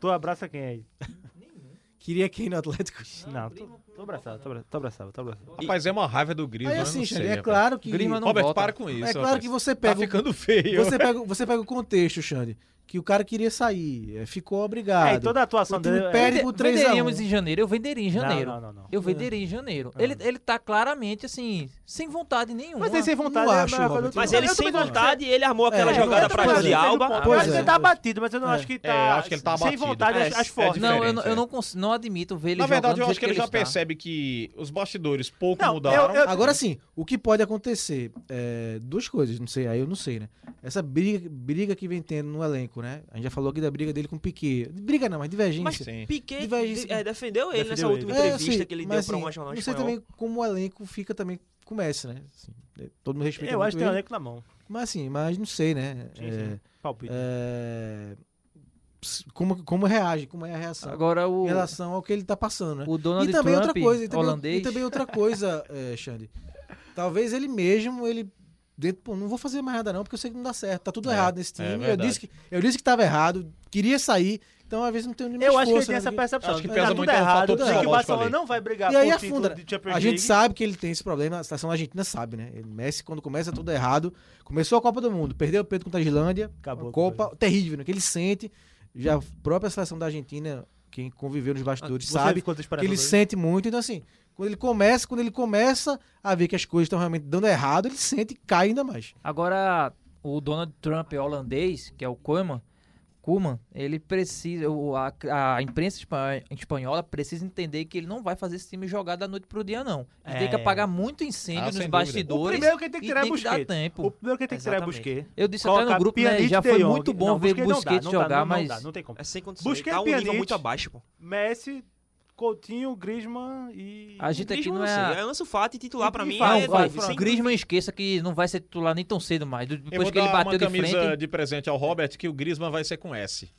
Tu abraça quem aí? Queria quem no Atlético. Não, tô, tô abraçado, tô abra- tô abraçado, tô abraçado. Rapaz, é uma raiva do Griezmann, Aí eu assim, não Xande, sei, é rapaz. claro que. Griezmann não Roberto, volta. para com isso, é claro rapaz. que você Tá pega. o- ficando feio. você, pega, você pega o contexto, Xande. Que o cara queria sair, é, ficou obrigado. É, e toda a atuação O time dele- perde Vende- por 3 Tipo, a 1. Venderíamos em janeiro. Eu venderia em Não, janeiro. não, não, não. Eu venderia em janeiro. É. Ele, ele tá claramente, assim, sem vontade nenhuma. Mas ele sem vontade não é a acho, melhor coisa Robert. do Mas time. ele Eu sem também não acho que- vontade, ele armou aquela É, jogada eu pra também Jordi acho. Alba. Eu Pois acho que é. ele tá abatido, mas eu não É. acho que tá. É, eu acho que ele tá Sem abatido. vontade, É, acho, acho é forte. diferente. não, eu, não- diferença, eu é. não, cons- não admito ver ele Na verdade, jogando eu do acho que ele jeito já está. percebe que os bastidores pouco Não, mudaram. eu- eu- Agora sim, o que pode acontecer? é, duas coisas, não sei, aí eu não sei, né? Essa briga, briga que vem tendo no elenco, né? A gente já falou aqui da briga dele com o Piquet. Briga não, mas divergência. Mas Sim. Piquet Divergência. de- é, defendeu ele nessa Defendeu última ele. É, eu entrevista sei, que ele deu mas, pra assim, uma jornal Não sei espanhola. também como o elenco fica também com o Messi, né? Assim, é, todo mundo respeita Eu muito acho que tem um ele, elenco na mão. Mas assim, mas não sei, né? Sim, É, sim. Palpite. é, ps- como, como reage, como é a reação Agora o, em relação ao que ele tá passando, né? o E Donald também Trump, outra coisa, e também, holandês, e também outra coisa, é, Xande. Talvez ele mesmo, ele. Dentro, pô, não vou fazer mais nada, não, porque eu sei que não dá certo. Tá tudo É, errado nesse é time. eu, verdade. disse que, eu disse que tava errado, queria sair, então às vezes não tenho nem mais Eu acho que ele força, tem né, essa do que- percepção. Acho que Tá pesa tudo muito o errado, fator de que o psicológico Barcelona ali. não vai brigar E aí por título afunda. de Champions A gente League. sabe que ele tem esse problema, a seleção argentina sabe, né? Ele- Messi, quando começa tudo errado, começou a Copa do Mundo, perdeu o Pedro contra a Islândia, Acabou uma com Copa terrível, né? Que ele sente. Já a própria seleção da Argentina Quem conviveu nos bastidores Ah, Você sabe ficou que ele desesperador. sente muito. Então, assim, quando ele começa, quando ele começa a ver que as coisas estão realmente dando errado, ele sente e cai ainda mais. Agora, o Donald Trump holandês, que é o Koeman, Koeman, ele precisa, o- a, a imprensa espa- espanhola precisa entender que ele não vai fazer esse time jogar da noite pro dia, não. Ele tem que É. apagar muito incêndio Ah, nos sem dúvida. bastidores. O primeiro que tem que e tirar é tem que dar Busquets. tempo. O primeiro que tem que tirar é Exatamente. Busquets. Eu disse até Colocar no grupo, né? Pjanic Já e foi De Jong. muito bom Não, ver Busquets não dá, Busquets não dá, jogar, não mas dá, não tem como. É sem condições. Busquets, tá um nível Pjanic. muito abaixo, pô. Messi, Coutinho, Griezmann e... a gente aqui Griezmann, não eu é... sei. Eu lanço o Fati titular pra E mim. vai, é, Não, vai, sem dúvida. Griezmann esqueça que não vai ser titular nem tão cedo mais. do- Eu vou Depois que ele dar bateu uma de camisa frente, de presente ao Robert que o Griezmann vai ser com S.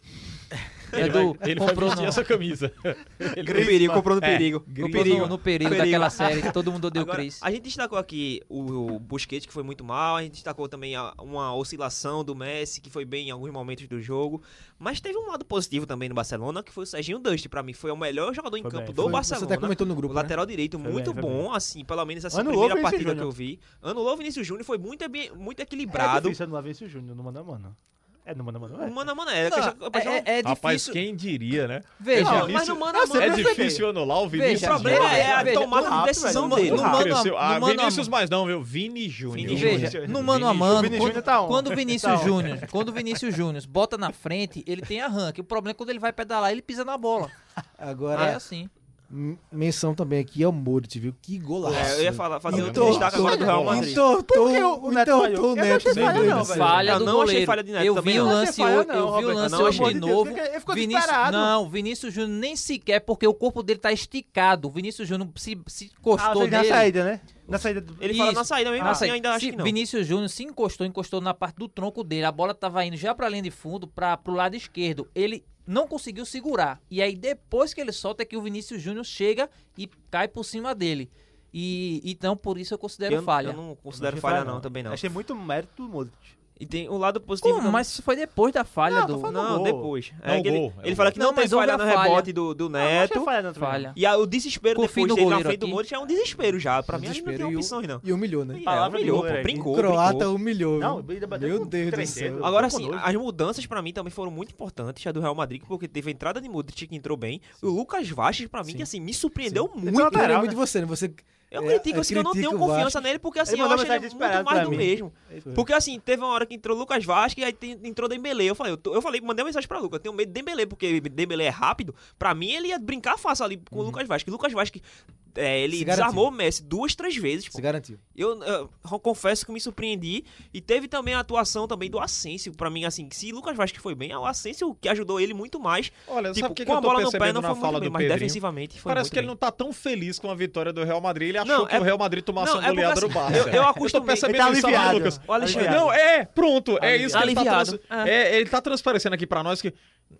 é Ele, vai- do- ele vai, comprou vestir no- essa (laughs) camisa. Ele No perigo, comprou no É, perigo. no, no perigo. no, no perigo Perigo. daquela série que todo mundo odeia o Agora, Chris. a gente destacou aqui o, o Busquets, que foi muito mal. A gente destacou também a- uma oscilação do Messi, que foi bem em alguns momentos do jogo. Mas teve um lado positivo também no Barcelona, que foi o Serginho Dust. Pra mim, foi o melhor jogador em Foi campo bem, do Foi- Barcelona. Você até comentou no o grupo. né? lateral direito, Foi muito bem, foi bom, assim, pelo menos assim, a Anulou primeira o Vinícius partida que eu vi. Júnior. Anulou o Vinícius Júnior, foi muito, bem- muito É equilibrado. difícil anular Vinícius Júnior no mano a mano. É no mano a mano, é. o mano a mano é, a Não, questão- a questão- é, é- é Rapaz, difícil. quem diria, né? Veja, Não, mas no mano a Eu mano. É sei, eu difícil anular o Vinícius. Veja, O problema Júnior. é a Veja, tomada o de rápido, decisão velho, dele. o No rápido. mano- Cresceu. no Ah, mano a Vinícius mano. mais não, viu? Vini Júnior. Veja, no mano a O mano, Vini quando, Júnior tá on. quando o Vinícius Tá on. Júnior, quando o Vinícius Júnior bota na frente, ele tem arranque. O problema é quando ele vai pedalar, ele pisa na bola. Agora, Aí é assim. m- menção também aqui ao Moritz, viu? Que golaço. Então, É, eu ia falar, fazer outro Entortou. destaque agora do Real Madrid. Entortou Por que o- o Neto entortou falhou? o Eu não Neto achei foi falha doido. não, Ah, velho. Falha Eu do não achei goleiro. falha de Neto eu também, vi o não. lance, Não achei falha hoje- eu não, vi o Roberto. lance Não, hoje pelo amor de de Deus, novo. ele ficou Vinícius, desesperado. não, o Vinícius Júnior nem sequer porque o corpo dele tá esticado. O Vinícius Júnior se se Ah, encostou você na nele. saída, né? Na saída do... Ele fala Isso. na saída mesmo, Ah, assim, eu sei. ainda acho Se que não. Vinícius Júnior se encostou, encostou na parte do tronco dele. A bola tava indo já pra linha de fundo, para pro lado esquerdo. Ele não conseguiu segurar. E aí depois que ele solta é que o Vinícius Júnior chega e cai por cima dele. E então por isso eu considero Eu- falha. Eu não considero falha, não, também não. Achei muito mérito do Modric. E tem o lado positivo Como? também. Mas isso foi depois da falha Não, tô do falando- Não, Não, gol. depois. É Não, que ele, gol. ele fala que não, Não, tem mas houve falha a no falha. rebote do, do Ah, não achei Neto. falha, não, também. falha. E a- o desespero Confio depois no dele na goleiro frente do aqui. Moritz é um desespero já. Pra mim, ele não Desespero tem e o- opções, não. E humilhou, né? É, palavra de humilhou, pô, goleiro aqui. brincou, O croata é brincou. humilhou. Não, viu? ele bateu Meu com Deus do três céu. dedos. Agora Ficou sim, doido. as mudanças pra mim também foram muito importantes, a do Real Madrid, porque teve a entrada de Modric que entrou bem, e o Lucas Vasquez pra mim, que assim, me surpreendeu muito. Muito, lateral, lateral, né? muito você, né? Você Eu é, critico, é, assim, que eu não tenho critica o confiança nele, porque assim, Ele eu mandou acho ele mensagem muito desesperada mais pra do mim. mesmo. Foi. Porque assim, teve uma hora que entrou Lucas Vasquez, aí tem- entrou Dembele. Eu falei, eu, tô- eu falei, mandei uma mensagem pra Lucas, eu tenho medo de Dembele, porque Dembele é rápido. Pra mim, ele ia brincar fácil ali com o Lucas Vasquez. Lucas Vasquez, Uhum. é, ele Se garantiu. desarmou o Messi duas, três vezes. pô. Se garantiu. Eu, eh, eu confesso que me surpreendi. E teve também a atuação também do Asensio, pra mim, assim, que se Lucas Vasquez foi bem, é o Asensio que ajudou ele muito mais. Olha, Tipo, sabe o que, que com eu a tô bola no pé percebendo não na foi fala muito bem, do mas Pedrinho? defensivamente foi Parece muito que ele bem. não tá tão feliz com a vitória do Real Madrid. Ele achou Não, que é- o Real Madrid tomasse não, uma é porque goleada do assim, Barça. eu- eu tô acostumei. percebendo Ele tá isso, sabe, aliviado. Lucas. O Alexandre- Não, é, pronto. É Aliviado. isso que ele tá, Aliviado. Ah. trans- é, ele tá transparecendo aqui pra nós que...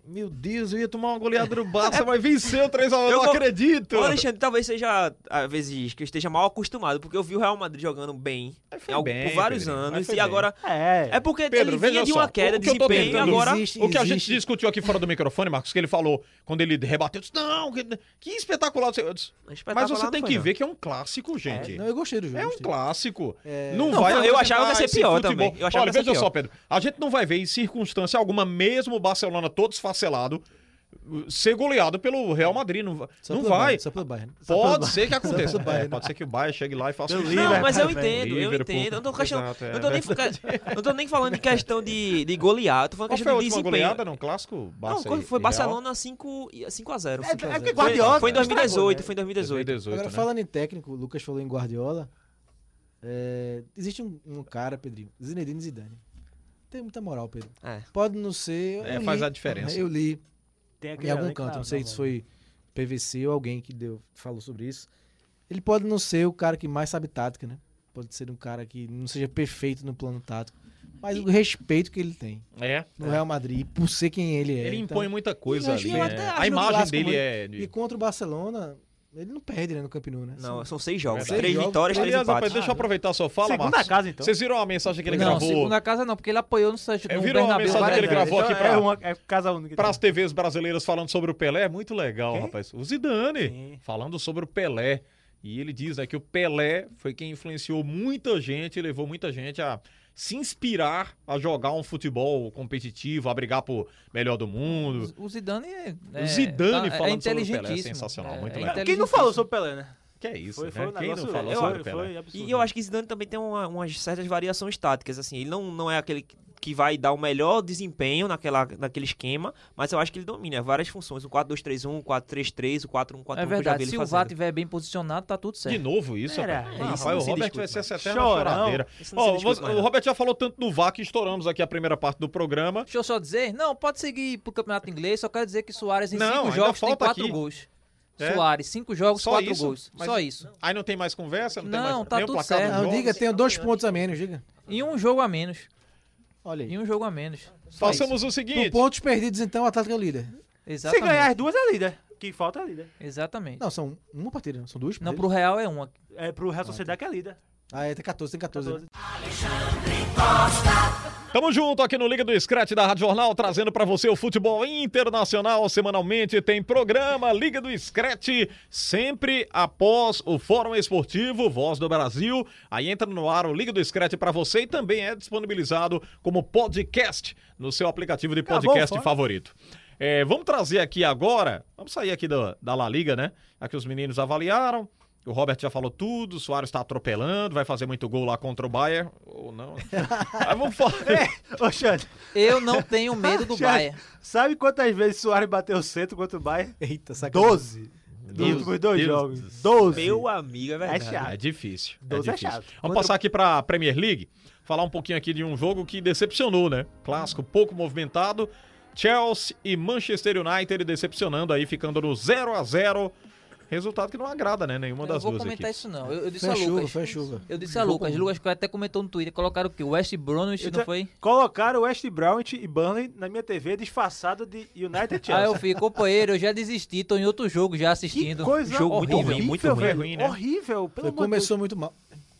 Meu Deus, eu ia tomar uma goleada do (laughs) Barça, mas venceu 3x1, eu É. Eu não vou- acredito. O Alexandre talvez seja, às vezes, que eu esteja mal acostumado, porque eu vi o Real Madrid jogando bem, Mas foi em algum- bem, por vários Pedrinho, mas anos, foi e bem. agora... É. É porque Pedro, ele veja vinha de só, uma queda o de que eu tô desempenho e tentando- agora... Existe, O que a gente existe. discutiu aqui fora do microfone, Marcos, que ele falou quando ele rebateu, eu disse, não, que, que espetacular. Eu disse, mas Espetacular você não tem foi, que não. ver que é um clássico, gente. Não, eu gostei do jogo. É um gostei. clássico. É. Não, Não, vai. eu aguentar achava que ia ser esse pior futebol. também. Eu achava Olha, que ia ser veja só, pior. Pedro. A gente não vai ver em circunstância alguma, mesmo o Barcelona todo esfacelado, ser goleado pelo Real Madrid. Não, va- é Só não pelo vai. Bayern, Só pelo Bayern. Só pelo Pode Bayern. ser que Só aconteça. pelo Bayern. É, pode ser que o Bayern chegue lá e faça Pelo um né? Não, Liverpool mas eu também. entendo, eu Liverpool. entendo. Eu não tô, questionando- Exato, é. eu tô nem, fica- eu não tô nem falando de questão de, de goleada, tô falando Qual de foi a questão de última desempenho. goleada num clássico? Não, Barça quando e- foi e Real? Barcelona 5 e- 5x0. É, é porque Foi, Guardiola. foi em 2018, né? estragou, foi em 2018. 2018, Agora, né? falando em técnico, o Lucas falou em Guardiola. é, existe um, um cara, Pedrinho, Zinedine Zidane. Tem muita moral, Pedro. É. Pode não ser. eu É, li, faz a diferença. Eu né? li É Tem em aquele algum elenco, canto, tá, não sei tá se né, bom. foi PVC ou alguém que deu, falou sobre isso. Ele pode não ser o cara que mais sabe tática, né? Pode ser um cara que não seja perfeito no plano tático. Mas o respeito que ele tem É. no Real Madrid, por ser quem ele é. Ele então- impõe muita coisa Eu ali. acho- eu né? até acho A no imagem clássico dele muito- é. E contra o Barcelona, ele não perde, né? No Camp Nou, né? Não, são seis jogos. Verdade. Três Seis vitórias, jogos. três Aliás, rapaz, empates. deixa eu aproveitar a sua fala, Segunda Marcos. casa, então. Vocês viram a mensagem que ele não, gravou? segunda casa não, porque ele apoiou no Sancho É, no virou uma Bernabéu mensagem que ele várias gravou vezes. Então, aqui pra- É, uma, é casa única. Para as é TVs brasileiras falando sobre o Pelé, muito legal, rapaz. O Zidane falando sobre o Pelé, E ele diz né, que o Pelé foi quem influenciou muita gente, levou muita gente a se inspirar a jogar um futebol competitivo, a brigar por melhor do mundo. O Zidane é. O Zidane tá- falando sobre o Pelé é inteligentíssimo. é sensacional, muito Quem legal. inteligentíssimo. não falou sobre o Pelé, né? Que é isso, Foi, né? foi um Quem negócio... não falou eu- sobre o foi Pelé? absurdo. né? E eu acho que Zidane também tem uma- umas certas variações táticas, assim, ele não, não é aquele que vai dar o melhor desempenho naquela, naquele esquema, mas eu acho que ele domina várias funções, o 4-2-3-1, o 4-3-3, o 4-1-4-1 É que eu já vi verdade, ele se o fazendo. VAR estiver bem posicionado, tá tudo De certo. novo isso, Era, cara. é Rapaz, isso, não o se Robert discute vai ser essa eterna Chorão. choradeira. Isso não se Ó, discute você- mais, o não. Robert já falou tanto do VAR que estouramos aqui a primeira parte do programa. Deixa eu só dizer, não, pode seguir pro campeonato inglês, só quero dizer que Soares em Não, cinco ainda jogos tem falta quatro aqui. gols. É. Soares, cinco jogos, Só quatro isso? gols. Mas- Só isso. Aí não tem mais conversa, não, tem Não, mais tá nem o tudo placar certo. dos Não, Não, jogos. diga, tenho dois pontos a menos, diga. E um jogo a menos. Olha aí. E um jogo a menos. Só isso. Façamos o Com seguinte. pontos perdidos, então, o Atlético é o líder. Se Exatamente. ganhar as duas é líder. Que falta é líder. Exatamente. Não, Não, são uma partida, não, são duas partidas. pro Real é uma. É pro Real Sociedade que é líder. Ah, é, tem 14, tem 14. 14. Tamo junto aqui no Liga do Scratch da Rádio Jornal, trazendo pra você o futebol internacional semanalmente. Tem programa Liga do Scratch, sempre após o Fórum Esportivo Voz do Brasil. Aí entra no ar o Liga do Scratch pra você e também é disponibilizado como podcast no seu aplicativo de Acabou podcast o Fórum. favorito. É, vamos trazer aqui agora, vamos sair aqui da, da La Liga, né? Aqui os meninos avaliaram. O Robert já falou tudo, o Soares tá atropelando, vai fazer muito gol lá contra o Bayern, ou (laughs) não. Mas vamos É, falar. Ô, Xande, Eu não tenho medo (laughs) do Xande, Bahia. Sabe quantas vezes Soares bateu o centro contra o Bayern? Eita, sacanagem. 12. Nos Deus- últimos Deus dois do jogos. 12. Meu amigo, é É verdade. chato. É difícil. É Doze é difícil. chato. Vamos passar aqui pra Premier League, falar um pouquinho aqui de um jogo que decepcionou, né? Clássico pouco movimentado. Chelsea e Manchester United decepcionando aí, ficando no 0 a 0 Resultado que não agrada, né? Nenhuma Eu não das vou duas comentar equipes. isso não. Eu, eu disse Foi a a chuva, Lucas. foi a chuva. Eu disse a Lucas. Lucas até comentou no Twitter. Colocaram o quê? West Bromwich, Eu não te- foi? Então, Colocaram West Bromwich e Burnley na minha TV disfarçado de United Chelsea. Aí Ah, eu fui, companheiro, eu já desisti, tô em outro jogo já Que assistindo. coisa Jogo muito horrível, ruim, muito ruim. velho. Ruim, né? Horrível, pelo amor de Começou muito mal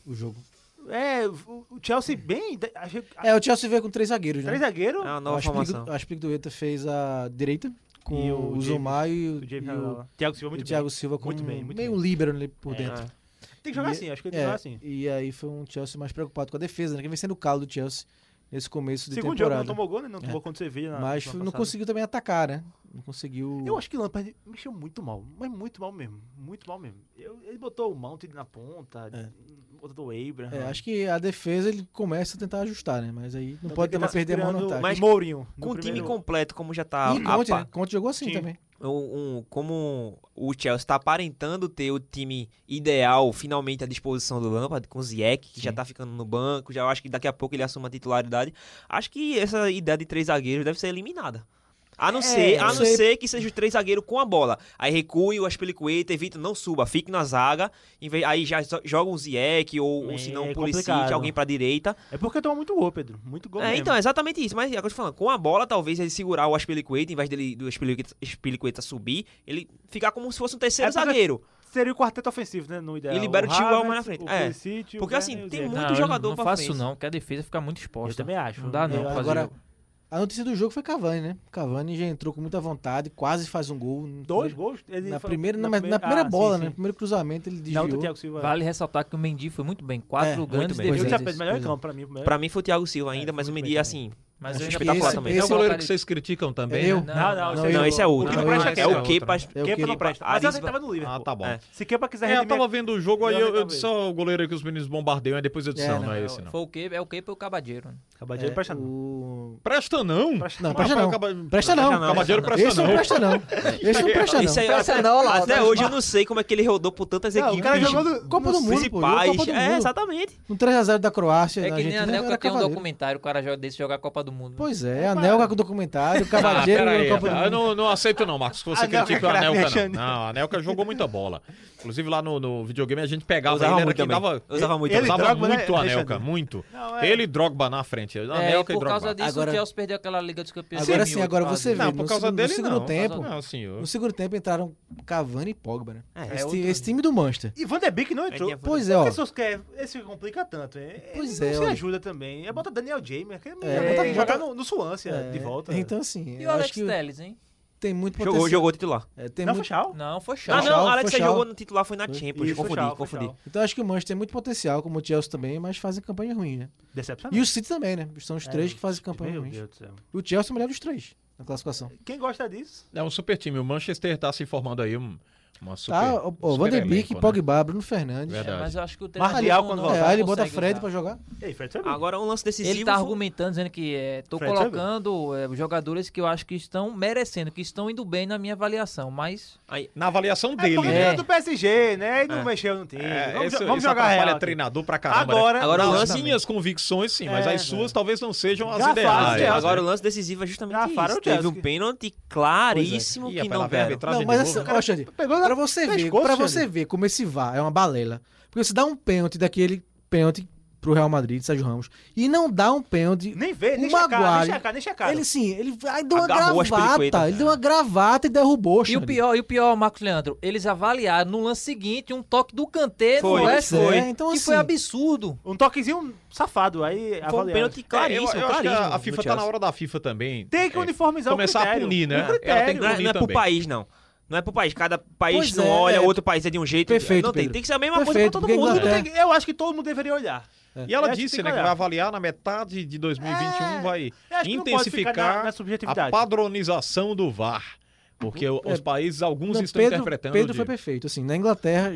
o jogo. Deus. É, o o Chelsea bem... da- a- a- É, o Chelsea veio com três zagueiros, né? Ah. Três zagueiros É uma A nova formação. Aspilicueta fez a direita, com E o o, James- Zumar e o, do James e o- Rodela. Thiago Silva é e o muito Thiago bem. Silva como Muito bem, muito meio bem. um líbero ali por É. dentro. Tem que jogar E- assim, acho que ele tem é, que jogar assim. E aí foi um Chelsea mais preocupado com a defesa, né? Que vem sendo o calo do Chelsea nesse começo de Segundo jogo temporada. É. não tomou gol, né? Não tomou contra o Sevilla na Mas na foi- não passada. conseguiu também atacar, né? Não conseguiu. Eu acho que o Lampard mexeu muito mal, mas muito mal mesmo, muito mal mesmo. Eu- ele botou o Mount na ponta, botou o Abraham. É, acho que a defesa ele começa a tentar ajustar, né? Mas aí não Então pode tem que também tá perder a mão no segurando ataque. Mas Mourinho. no Com o time primeiro- completo, como já tá e Conte, apa- né? Conte jogou assim Sim. também. um, um- como o Chelsea tá aparentando ter o time ideal finalmente à disposição do Lampard, com o Ziyech, que já tá ficando no banco, já acho que daqui a pouco ele assume a titularidade. Acho que essa ideia de três zagueiros deve ser eliminada. A não, ser, a não não É, sei. ser que seja os três zagueiros com a bola. Aí recue o Aspilicueta, evita, não suba, fique na zaga. em vez- aí já so- joga um Ziyech ou, ou É se não, um Pulisic, complicado. alguém pra direita. É porque tomou muito gol, Pedro. Muito gol. É, mesmo. então, é exatamente isso. Mas é o que eu tô falando. Com a bola, talvez ele segurar o Aspilicueta, em vez dele, do Aspilicueta, Aspilicueta subir, ele ficar como se fosse um terceiro É porque- zagueiro. Seria o quarteto ofensivo, né? No ideal. E libera o Chilwell Havertz, mais na frente. o É. Pulisic, o Porque, Werner assim, e o tem Ziyech. muito Não, eu jogador não pra faço frente. não, que a defesa fica muito exposta. Eu também acho. Não dá não. É, fazer agora, jogo. a notícia do jogo foi Cavani, né? Cavani já entrou com muita vontade, quase faz um gol. No Dois primeiro- gols. ele Na foi- primeira, na, na primeira ah, bola, sim, né? sim. No primeiro cruzamento, ele Na desviou. outra, o Thiago Silva. Vale ressaltar que o Mendy foi muito bem. Quatro muito grandes bem. Eu já defesas. fez melhor em Pois é. campo pra mim. primeiro. Pra mim foi o Thiago Silva ainda, mas o Mendy, assim... Mas eu Acho ainda que espetacular prefiro- também. É o eu goleiro colocaria- que vocês criticam também, É Eu? né? Não, não, não, esse Não, é esse é outro. O que não não presta é aqui, É não. o que pra... É o Kepa que- não presta. Ah, Mas isso- ele tava no Ah, Liverpool. tá bom. É. Se Kepa quiser É, eu redimir... tava vendo o jogo aí, Eu eu, eu acabei. disse ó, o goleiro que os meninos bombardeiam, aí depois eu disse, É, não, não, não, é esse não. Foi o Kepa, é o Kepa e o Cabadeiro. Cabadeiro É, presta não. o- Presta não! Não, Rapaz, presta o não. Caba- Presta não. Presta não. Cabadeiro presta Esse não não. presta (laughs) não. Esse não presta é Esse aí, não. até, não, Laura. até hoje eu não sei como é que ele rodou por tantas Não, o equipes. cara jogou no- Copa do Mundo, pô. Jogou principais. Copa do É, Mundo. Um exatamente. No 3x0 da Croácia, É da que nem a Argentina, Nelka era tem um Cavaleiro. documentário, o cara joga- desse jogar a Copa do Mundo. Pois é, a Nelga com o documentário, o Cavadeiro Ah, na peraí, Copa do eu Mundo. não, não aceito não, Marcos, que você A Nelka critica a craque, né, Nelka não. Xande? Não, a Nelka jogou muita bola. Inclusive lá no, no videogame a gente pegava Usava ele, era muito quem também. dava... Usava muito. ele- também. Usava Drogba, né, muito a Nelka, Alexandre? muito. Não, é- Ele e Drogba na frente, a É, e Nelka e por Drogba. causa disso Agora- o Chelsea perdeu aquela Liga dos Campeões. Agora sim, 2008 agora quase. você vê. Não, por no causa segundo- dele No não. segundo tempo, Não, assim, senhor. no segundo tempo entraram Cavani e Pogba, né? É, Esse é ti- Esse time do Manchester. E Van de Beek não entrou. tinha- Pois é, ó. Porque se você quer, esse que complica tanto, hein? Pois Ele é, não se olha. ajuda também. É bota Daniel Jamer, que é, É, bota- jogar bota- no, no Suância, É, de volta. Então, assim, E eu o Alex acho que Telles, hein? tem muito Jogou, potencial. jogou titular. É, tem Não, muito... foi Chal. Não, foi show. Ah, Foi Shaw, não, Alex foi Shaw. jogou no titular, foi na Champions. Isso, foi confundi, Shaw, foi confundi. Shaw. Então acho que o Manchester tem muito potencial, como o Chelsea também, mas fazem campanha ruim, né? E Decepcionante. o City também, né? São os três que fazem campanha Meu ruim. Deus do céu. E o Chelsea é o melhor dos três na classificação. Quem gosta disso? É um super time. O Manchester tá se formando aí um- uma super. tá, o, o super Van de Beek, elenco, né? É Pogba, É, Bruno Fernandes. Verdade. Mas eu acho que o Martial, não- quando não voltar, É, aí consegue ele bota Fred usar. pra jogar. Ei, Fred é foi bem. Agora um lance decisivo. Ele tá foi- argumentando, dizendo que é, tô Fred, colocando é, jogadores que eu acho que estão merecendo, que estão indo bem na minha avaliação, mas Na avaliação É dele, porque né? é do PSG, né? E não mexeu no time. É, vamos jo- isso- vamos isso jogar atrapalha real. aqui. treinador pra caramba. Agora- né? agora o Nas lance- minhas convicções, sim, mas É, as suas talvez não sejam as Já faz, ideais. já. Agora o lance decisivo é justamente Ah, fara isso. o Teve Chelsea. um pênalti claríssimo Ih, que rapaz, lá não vem a deram. arbitragem não, de mas novo. essa, ó, Xande, pegou na- pra você ver, pescoço, pra Xande. você ver como esse VAR é uma balela. Porque você dá um pênalti daquele pênalti pro Real Madrid, Sérgio Ramos, e não dá um pênalti. Nem vê, nem o checar, Maguire, nem checar, nem checar. Ele sim, ele aí deu uma Agarrou as gravata, periquitas, ele deu uma gravata e derrubou, E o Xande. pior, é e o pior, Marcos Leandro, eles avaliaram no lance seguinte um toque do Kanté Foi, no West Pois é, Ham, então, que assim, foi absurdo. Um toquezinho safado, aí Foi um avaliaram. pênalti É, eu, claríssimo, eu acho que claríssimo a, a no FIFA tá Chelsea. na hora da FIFA também. Tem que é, uniformizar começar o a critério. punir, né? Um Ela tem que critério. Não é, punir não é pro também. país, não. Não é pro país. Cada país Pois não é, olha, é. outro país é de um jeito. Perfeito, não tem, Pedro. tem que ser a mesma coisa Perfeito, pra todo porque mundo. Tá então Todo mundo Inglaterra- É. tem que- Eu acho que todo mundo deveria olhar. E ela Eu acho que disse, tem né, que que vai olhar. avaliar na metade de 2021, É, vai eu acho que não pode ficar intensificar na- na a subjetividade. padronização do VAR. Porque o- os é, países, alguns Não, estão interpretando. Pedro de- foi perfeito. Assim, na Inglaterra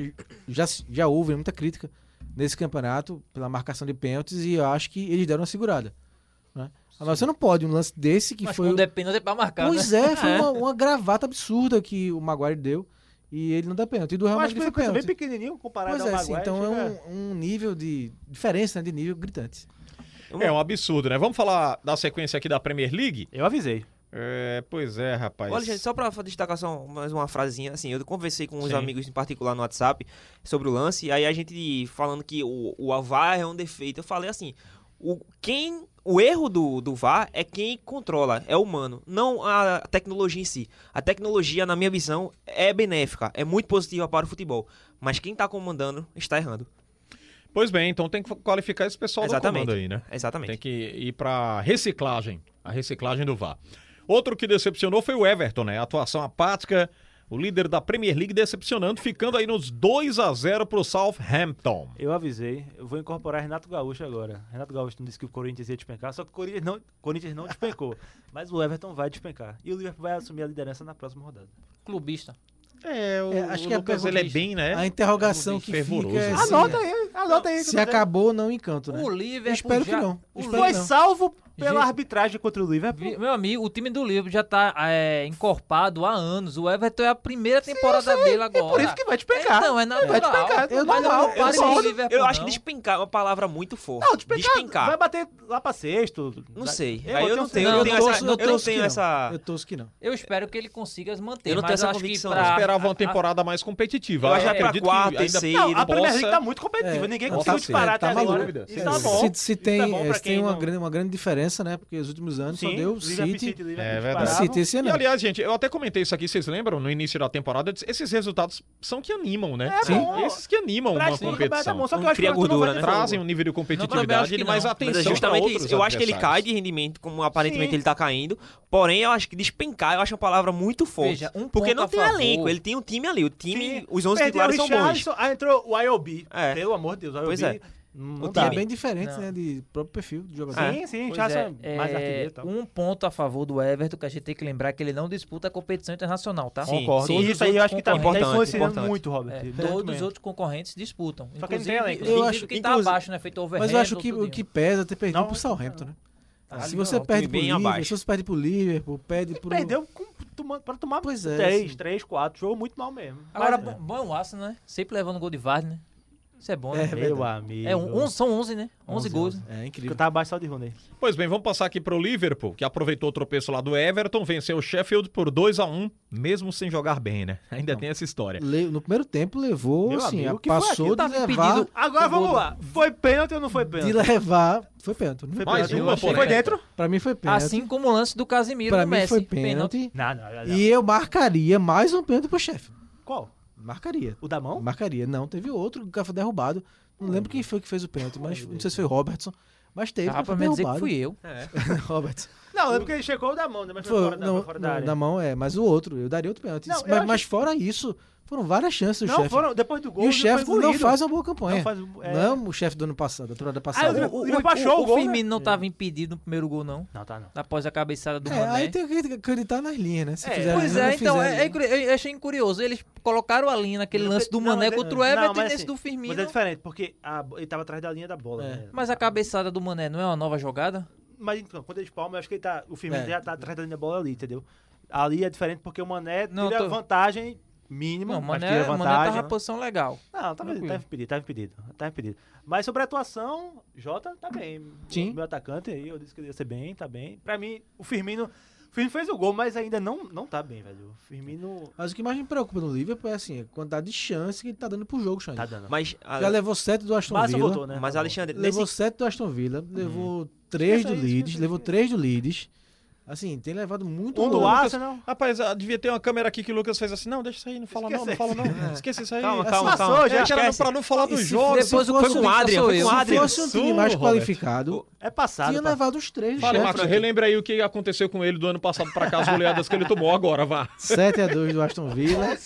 já, se- já houve muita crítica nesse campeonato pela marcação de pênaltis e eu acho que eles deram uma segurada. Né? Mas você não pode um lance desse que Mas foi. quando é pênalti é pra marcar, Pois né? é, (laughs) foi uma, uma gravata absurda que o Maguire deu e ele não dá pênalti. E do Real Eu acho que Madrid foi foi coisa bem pênalti. pequenininho comparado Pois ao é, assim, Maguire. então é chega- um, um nível de diferença né, de nível gritante. É um absurdo, né? Vamos falar da sequência aqui da Premier League? Eu avisei. É, pois é, rapaz. Olha, gente, só pra destacar só um, mais uma frasinha, assim, eu conversei com uns Sim. amigos em particular no WhatsApp sobre o lance, e aí a gente falando que o, o VAR é um defeito. Eu falei assim, o, quem, o erro do, do VAR é quem controla, é humano, não a tecnologia em si. A tecnologia, na minha visão, é benéfica, é muito positiva para o futebol, mas quem tá comandando está errando. Pois bem, então tem que qualificar esse pessoal Exatamente. do comando aí, né? Exatamente. Tem que ir pra reciclagem, a reciclagem do VAR. Outro que decepcionou foi o Everton, né? Atuação apática, o líder da Premier League decepcionando, ficando aí nos 2 a 0 pro Southampton. Eu avisei. Eu vou incorporar Renato Gaúcho agora. Renato Gaúcho não disse que o Corinthians ia despencar, só que o Corinthians não, Corinthians não despencou. Mas o Everton vai despencar. E o Liverpool vai assumir a liderança na próxima rodada. Clubista. É, o, É, acho o que é Lucas, pergunta- ele é bem, né? A interrogação que fervoroso, fica é assim. se, Anota aí, anota aí. que se eu tô dizendo. acabou ou não o encanto, né? O Liverpool Espero já- que não. o Espero Foi que não. salvo pela Gente. arbitragem contra o Liverpool. Vi- Meu amigo, o time do Liverpool já tá é, encorpado há anos. O Everton é a primeira temporada dele agora. é Por isso que vai despencar. Então, vai é natural. despencar. Eu normal. não Eu comparo só- com o Eu, Liverpool, acho que não. despencar é uma palavra muito forte. Não, despencar. Vai bater lá pra sexto. Não Vai- sei. Eu um Aí eu tenho não tenho, certeza. eu tenho Eu essa- torço- eu eu não torço que tenho não. essa. Eu torço que não. Eu espero que ele consiga se manter. Eu não tenho mas essa acho que convicção, pra- não. Esperava uma a- temporada mais competitiva. Eu acho que Acredito vai pra quarta, ainda terceira. Não, a Premier possa- League tá muito competitiva. É, Ninguém não, conseguiu tá disparar certo, tá até maluco. agora. Isso tá bom. Se, se tem, Isso tá bom é, pra se quem tem uma, não- grande, uma grande diferença, né? Porque os últimos anos só Sim, deu Liverpool City. Liverpool É O verdade. disparava. City esse ano. E aliás, gente, eu até comentei isso aqui, vocês lembram? No início da temporada, eu disse, esses resultados são que animam, né? É Sim. bom. Esses que animam Pra uma ti, tá competição. bom, só que Não eu acho que cria o Everton não gordura, vai né? ter jogo. Trazem um nível de Não, também acho competitividade, que mas não. atenção. Mas é pra justamente outros isso. Eu acho que ele cai adversários. de rendimento, como aparentemente ele tá caindo. Porém, eu acho que despencar, eu acho uma palavra muito forte. Veja, um porque ponto não a tem favor. elenco, ele tem um time ali. O time, Sim. os 11 Perdeu titulares o são bons. Richarlison, Aí entrou o IOB. É. Pelo amor de Deus, o IOB. Pois é. Não O dá. É bem diferente, Não. né? De próprio perfil do jogador. É. Sim, sim, Pois já é, são mais é, artilheiro e então. tal. Um ponto a favor do Everton, que a gente tem que lembrar que ele não disputa a competição internacional, tá? Sim, Concordo. sim. Isso aí eu acho que tá, tá Importante, influenciando importante. muito, Robert. É, Muito todos os mesmo. outros concorrentes disputam. Só que não tem Inclusive, elenco, né? inclusive Eu acho- quem tá inclusive- abaixo, né? Feito overhead. Mas eu acho que o que pesa é ter perdido Não, pro Southampton, né? Tá se ali, você não, um perde time pro bem Liverpool, abaixo. se você perde pro Liverpool, perde pro... Perdeu com, toma- pra tomar Pois é, três, assim. três, quatro. Jogou muito mal mesmo. Agora, Mas- bom, bom é o Arsenal, né? Sempre levando gol de Vardy, né? Isso é bom, É, né? meu amigo. É, um, um- são 11, né? 11, 11, gols. 11. É Que incrível. tá abaixo só de Rooney. Pois bem, vamos passar aqui pro Liverpool, que aproveitou o tropeço lá do Everton, venceu o Sheffield por 2 a 1 mesmo sem jogar bem, né? (laughs) Ainda tem essa história. Le- No primeiro tempo levou, Meu assim, amigo, a- que foi passou aquilo? de Tava levar... impedido Agora O gol vamos do- lá. Foi pênalti ou não foi pênalti? De levar... Foi pênalti, né? Foi Mais pênalti, eu uma, achei. porém. Foi dentro? Pra mim foi pênalti. Assim como o lance do Casimiro pra do mim Messi. foi pênalti. Não, não, não. E eu marcaria mais um pênalti pro chefe. Qual? Marcaria. O da mão? Marcaria. Não, teve outro que foi derrubado. Não Hum. lembro quem foi que fez o pênalti, mas não sei se foi Robertson. Mas teve. Ah, mas pra foi mim dizer que derrubado. fui eu. (laughs) Robertson. Não, é porque ele checou o da mão, né? Mas foi Foi, fora da, não, foi fora da não, área. na mão é, mas o outro, eu daria outro pênalti. Não, eu mas, acho- mas fora isso, foram várias chances do não, chefe. foram, depois do gol. E o ele chefe foi não engolido. um- faz uma boa campanha. Não Não, faz- é. é... o chefe do ano passado, da temporada Ah, passada. É, eu- o Liverpool achou o gol, né? Firmino não estava impedido no primeiro gol, não. Não, tá não. Após a cabeçada do É, Mané. aí tem que acreditar nas linhas, né? Se né? É, fizeram Pois ali, não é, então, fizeram é, ali. é curi- eu achei curioso. Eles colocaram a linha naquele lance do Não, Mané mas é- contra o não, Everton mas e nesse assim, do Firmino. Mas é diferente, porque a bo- ele tava atrás da linha da bola. É. Né? Mas a cabeçada do Mané não é uma nova jogada? Mas então, quando ele palma, eu acho que ele tá, o Firmino É. já tá atrás da linha da bola ali, entendeu? Ali é diferente porque o Mané Não, tira tô- vantagem mínima, Não, o mas Mané, tira Mané vantagem. né? tava na posição legal. Não, tava, Tranquilo. tava impedido, tava impedido, tava impedido. Mas sobre a atuação, Jota tá bem. Sim. O meu atacante aí, eu disse que ele ia ser bem, tá bem. Pra mim, o Firmino, o Firmino fez o gol, mas ainda não, não tá bem, velho. O Firmino Mas o que mais me preocupa no Liverpool é assim, a quantidade de chance que ele tá dando pro jogo, Xande. tá dando. Mas, a- Já levou 7 do Aston Mas Villa. voltou, né? mas Alexandre, nesse, Levou 7 do Aston Villa, levou 3 do Esqueça isso, Leeds, esqueça levou 3 do Leeds. Assim, tem levado muito Um do gol. Arsenal. Rapaz, ah, devia ter uma câmera aqui que o Lucas fez assim. Não, deixa isso aí, não fala não, não fala não. (laughs) Esquece isso aí. Calma, Assim, calma, passou calma. já. Cara, não, Esquece. pra não falar do E se jogo. Depois o com Costa fosse o Rica Adrian, sou foi com eu. o Se Adrian. fosse um time Absurdo, mais Roberto. qualificado, É passado. tinha pá. levado os 3 Fala, chefes. Marcos, relembra aí o que aconteceu com ele do ano passado pra cá, as goleadas que ele tomou agora, vá. 7x2 do Aston Villa.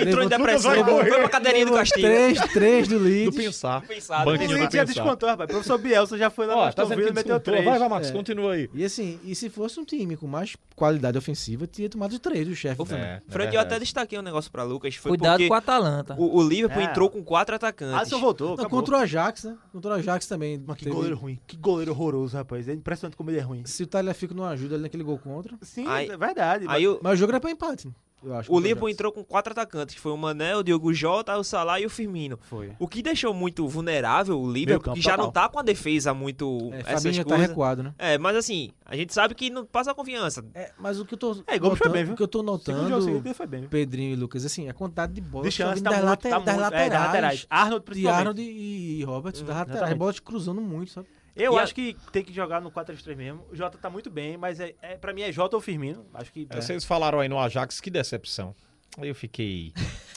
entrou em depressão, vai foi morrer. pra cadeirinha do Castilho. 3x3 do Do Leeds. pensar. Pensado, O Banquinho do Leeds já pensar. descontou, rapaz. O professor Bielsa já foi lá no Ó, tá dizendo Aston que Villa e meteu descontou. três. Vai, vai, Marcos, É. continua aí. E assim, e se fosse um time com mais qualidade ofensiva, teria tomado 3 do chefe. né? Ô, também. É, Fran- Frank, eu até destaquei um negócio pra Lucas. Foi Cuidado porque com a Atalanta. o, o Liverpool É. entrou com quatro atacantes. Alisson voltou, Não, acabou. Então, contra o Ajax, né? Contra o Ajax também. Mas que teve- goleiro ruim. Que goleiro horroroso, rapaz. É impressionante como ele é ruim. Se o Tagliafico não ajuda ali naquele gol contra. Sim, Aí- é verdade. mas- Aí o, Mas o jogo era pra empate, né? eu acho. o contra Liverpool Ajax. entrou com quatro atacantes, que foi o Mané, o Diogo Jota, o Salah e o Firmino. Foi. O que deixou muito vulnerável o Meio Liverpool, campo que já não total. tá com a defesa muito É, essas Fabinho já tá coisas. recuado, né? é, mas assim, a gente sabe que não passa confiança. É, mas o que eu tô É, Gomes foi notando, bem, viu? o que eu tô Segundo jogo seguido notando, ele foi bem. Pedrinho e Lucas, assim, a quantidade de bolas De que tá chance, vindo tá das, muito, late- tá das muito. laterais, É, das laterais. Arnold, de principalmente. Arnold e, e Roberts, das laterais, exatamente. bolas cruzando muito, sabe? Eu E a- acho que tem que jogar no 4-3-3 mesmo. O Jota tá muito bem, mas é, é, pra mim é Jota ou Firmino. Acho que... É, Vocês falaram aí no Ajax, que decepção. Eu fiquei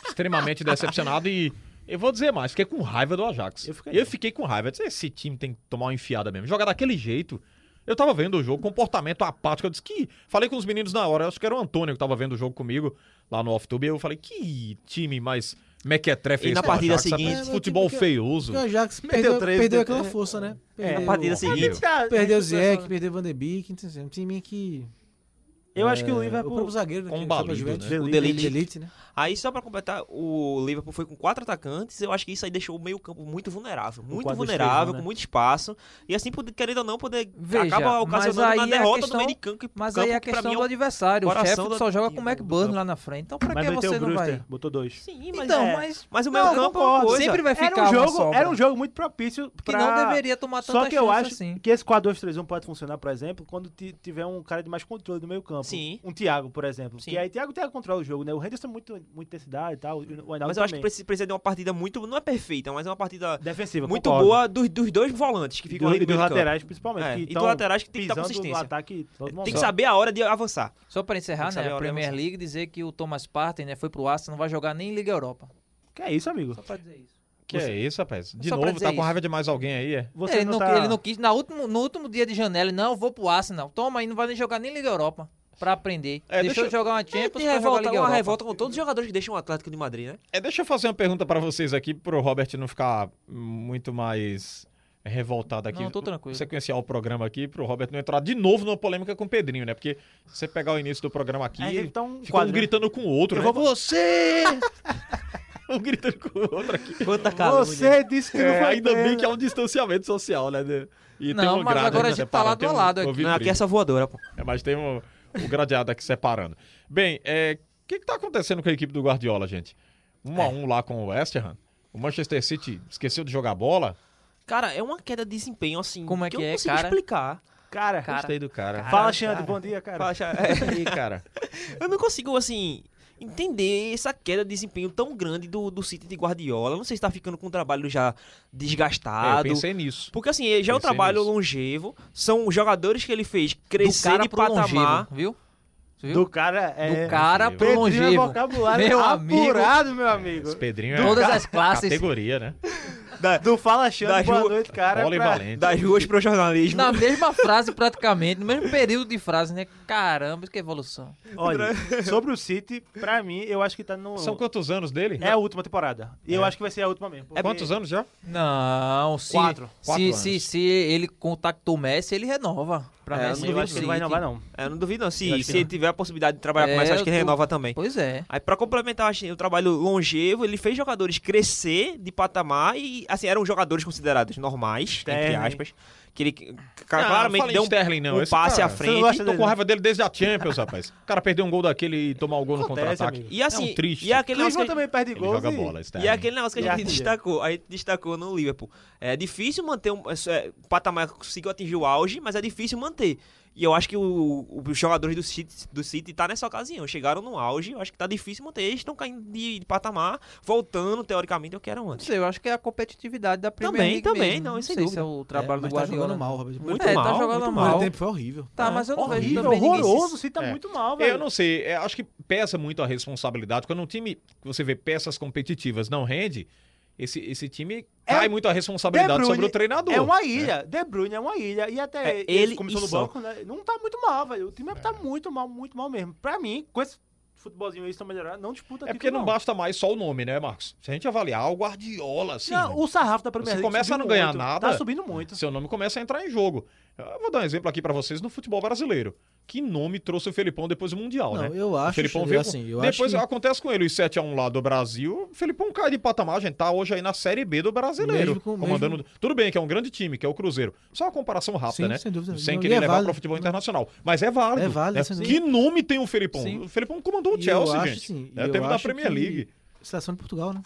extremamente decepcionado e eu vou dizer mais, fiquei com raiva do Ajax. Eu fiquei. com raiva. Eu disse, Esse time tem que tomar uma enfiada mesmo. Jogar daquele jeito. Eu tava vendo o jogo, comportamento apático. Eu disse que. Falei com os meninos na hora, eu acho que era o Antônio que tava vendo o jogo comigo lá no off-tube. Eu falei, que time mais mequetrefe E esse na do partida Ajax, sabe? seguinte? Esse Futebol Porque- feioso. Porque o Ajax Meteu perdeu, três, perdeu meteu- aquela força, né? É, Perdeu, a partida seguinte. Tá, Perdeu o é, Ziyech, perdeu o Van de Beek, então, assim, um time que... Eu acho que o É, O Liverpool... próprio zagueiro, né? que foi pra combalido, Juventus, né? O o De Delite. Ligt. né? Aí, só pra completar, o Liverpool foi com quatro atacantes. Eu acho que isso aí deixou o meio-campo muito vulnerável. Muito 4-2-3-1, vulnerável, né? com muito espaço. E assim, poder- querendo ou não, poder Veja, acaba mas ocasionando aí na é a derrota questão- do meio de campo. que- Mas campo, aí a que pra questão mim do é um- adversário. O coração Sheffield do só joga time, com o do McBurn campo. lá na frente. Então pra Mas que meteu você o não Brewster, vai? botou dois. Sim, mas, Então, é- mas... mas o Não, eu meio-campo é uma concordo. coisa. Sempre vai Era ficar um, uma jogo, sobra. era um jogo muito propício Que pra... não deveria tomar tanta Só que eu chance acho assim. que esse 4-2-3-1 pode funcionar, por exemplo, quando ti- tiver um cara de mais controle do meio campo. Sim. Um Thiago, por exemplo. Sim. Que aí Thiago, Thiago controla o jogo, né? O Henderson é muito, muito intensidade e tal. e O Wijnaldum Mas eu acho que também. precisa, precisa de uma partida muito. Não é perfeita, mas é uma partida Defensiva, muito concordo. boa dos, dos dois volantes que E ficam do- ali e no dos meio de campo. laterais, principalmente. É, que e dos tão laterais que tem que dar pisando no consistência. ataque todo Tem momento. que saber a hora de avançar. Só pra encerrar, Tem que saber né? a A hora de Premier avançar. League dizer que o Thomas Partey, né, foi pro Arsenal, não vai jogar nem Liga Europa. Que é isso, amigo. Só pra dizer isso. Que é isso, rapaz? De Só pra novo, dizer tá com isso. raiva de mais alguém aí, é? Você ele, não, não, tá... ele não quis. Na último, no último dia de janela, ele, não, eu vou pro Arsenal. Toma aí, não vai nem jogar nem Liga Europa. Pra aprender. É, deixou deixa eu- de jogar uma É, Champions tem pra jogar revolta, Liga uma Europa. revolta com todos os jogadores que deixam o Atlético de Madrid, né? É, deixa eu fazer uma pergunta pra vocês aqui, pro Robert não ficar muito mais revoltado aqui. Não, tô tranquilo. Sequenciar o programa aqui, pro Robert não entrar de novo numa polêmica com o Pedrinho, né? Porque se você pegar o início do programa aqui, É, ele então, um fica um quadro, né? gritando com o outro, Eu né? vou- Você! (laughs) um gritando com o outro aqui. Quanta calúnia. Você disse que não É, foi ainda bem pena. que há um distanciamento social, né? de- E Não, mas grade agora que a gente tá separa, lado tem a um- lado eu aqui. vi Não, aqui é briga. essa voadora, pô. É, mas tem o, o gradeado aqui separando. Bem, é, o que, que tá acontecendo com a equipe do Guardiola, gente? 1 um a 1 lá com o West Ham. O Manchester City esqueceu de jogar bola. Cara, é uma queda de desempenho, assim, Como é eu que não é, consigo cara? explicar. Cara, Cara, É. Gostei do cara. fala, Xande. Bom dia, cara. Fala, Xa- é, Ih, cara. (laughs) eu não consigo, assim, entender essa queda de desempenho tão grande do, do City de Guardiola. Não sei se tá ficando com o trabalho já É, eu desgastado. pensei nisso. porque, assim, já é um Pensei trabalho nisso. longevo. São jogadores que ele fez Do crescer cara de pro patamar. longevo, viu? Você viu? Do cara é... Do cara pro Pedrinho é longevo. vocabulário Meu amigo. apurado, meu amigo. Esse Pedrinho é Todas as classes. categoria, né? da- Do Fala Alexandre, Da boa rua- noite, cara. é Bola e pra- valente. das ruas pro jornalismo. Na mesma frase, praticamente, no mesmo período de frase, né? Caramba, que evolução. Olha, sobre o City, pra mim, eu acho que tá no... São quantos anos dele? É a última temporada. E eu acho que vai ser a última mesmo. É, porque- É Quantos anos já? Não, se, Quatro. se, Quatro se, anos. se, ele contactou o Messi, ele renova. Pra É, Messi eu Eu vir acho que pro não vai City. renovar, não. É, eu não duvido, não. Eu Se, acho que se ele não. tiver a possibilidade de trabalhar com É, mais, acho que eu tô- renova também. Pois é. Aí, pra complementar assim, o trabalho longevo, ele fez jogadores crescer de patamar e, assim, eram jogadores considerados normais, entre Sterling. aspas. Que ele ca- Não, claramente Ah, fala em deu um, Sterling, não. um Esse passe cara- à você frente. não gosta Tô com raiva dele desde a Champions, rapaz. O cara perdeu um gol daquele e tomar o gol no Acontece, contra-ataque. amigo. E assim, é um triste. e aquele Cleveland negócio que a gente- também perde Ele gols joga e- bola, Sterling. E é aquele negócio que a gente Artilheiro. destacou, a gente destacou no Liverpool. É difícil manter um isso é, o patamar que conseguiu atingir o auge, mas é difícil manter. E eu acho que o- o- os jogadores do City, do City tá nessa ocasião. Chegaram no auge, eu acho que tá difícil manter. Eles estão caindo de, de patamar, voltando, teoricamente, eu quero Não antes. sei, eu acho que é a competitividade da Premier Também, League também, mesmo. não, sem sei se dúvida. é o trabalho É, mas do tá Guardiola. jogando mal, Robert. Muito é, tá mal, jogando muito O mal. mal. tempo foi horrível. Tá, mas eu não vejo Horrível, também ninguém se- horroroso. O City tá É. muito mal, velho. Eu não sei, é, acho que pesa muito a responsabilidade. Quando um time, que você vê peças competitivas, não rende, esse, esse time É- cai muito a responsabilidade De Bruyne sobre o treinador. É uma ilha. De Bruyne é uma ilha. E até É, ele ele começou e no só. banco, né? Não tá muito mal, velho. O É. time tá muito mal, muito mal mesmo. Pra mim, com esse futebolzinho aí, estão melhorando, não disputa É título, porque não basta mais só o nome, né, Marcos? Se a gente avaliar o Guardiola, assim. Não, o sarrafo da Premier Você League começa a subiu não ganhar muito. nada. é. Tá subindo muito. Seu nome começa a entrar em jogo. Eu vou dar um exemplo aqui pra vocês no futebol brasileiro. Que nome trouxe o Felipão depois do Mundial, Não, né? eu O acho, Felipão eu veio assim, eu acho Depois que- acontece com ele os 7x1 lá do Brasil. O Felipão cai de patamar, a gente tá hoje aí na Série B do brasileiro. Mesmo com- comandando... Tudo bem que é um grande time, que é o Cruzeiro. Só uma comparação rápida, Sim, né? sem dúvida. Sem Não, querer e é levar válido. para o futebol internacional. Mas é válido. É válido, né? sem dúvida. Que nome tem o Felipão? Sim. O Felipão comandou o E Chelsea, eu acho, gente. assim, É, eu teve da acho Premier que League. Seleção de Portugal, né?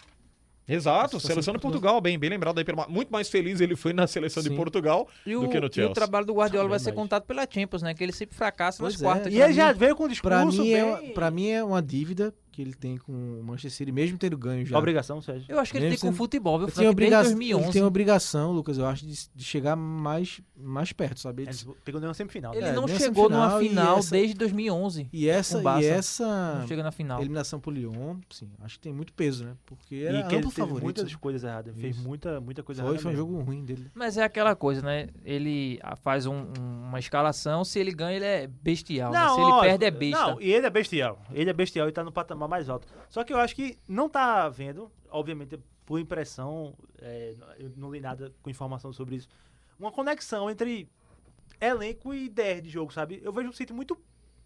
Exato, a seleção seleção de de Portugal. Portugal. bem, bem lembrado aí. pelo Mar- Muito mais feliz ele foi na seleção de Sim. Portugal E do o, que no e Chelsea. o trabalho do Guardiola vai ser Também, mas- contado pela Champions, né? Que ele sempre fracassa nas Pois tá é. quartas. E E Pra ele mim- já veio com um discurso Pra mim, bem... é, pra mim é uma dívida que ele tem com o Manchester City, mesmo tendo ganho já. Obrigação, Sérgio. Eu acho que ele tem Mesmo com o sendo- futebol, viu? Ele tem, Frank? Desde obriga- ele 2011. tem obrigação, Lucas, eu acho, de, de chegar mais, mais perto, sabe? Ele- Ele É, pegou nenhuma semifinal. né? Ele É, não nessa chegou numa final e Ah. final essa- desde 2011. E essa, com o Barça. e essa Não chega na final. eliminação pro Lyon, sim, acho que tem muito peso, né? Porque era E que ele amplo fez favorito. muitas sabe? coisas erradas. Ele Fez Isso. muita, muita coisa Foi, errada foi um mesmo. jogo ruim dele. Mas é aquela coisa, né? Ele ah, faz um- um- uma escalação, se ele ganha, ele é bestial. né? Se ele ó, perde, é besta. Não, e ele é bestial. Ele é bestial e tá no patamar mais alto. Só que eu acho que não tá vendo, obviamente, por impressão, é, eu não li nada com informação sobre isso, uma conexão entre elenco e ideia de jogo, sabe? Eu vejo um City muito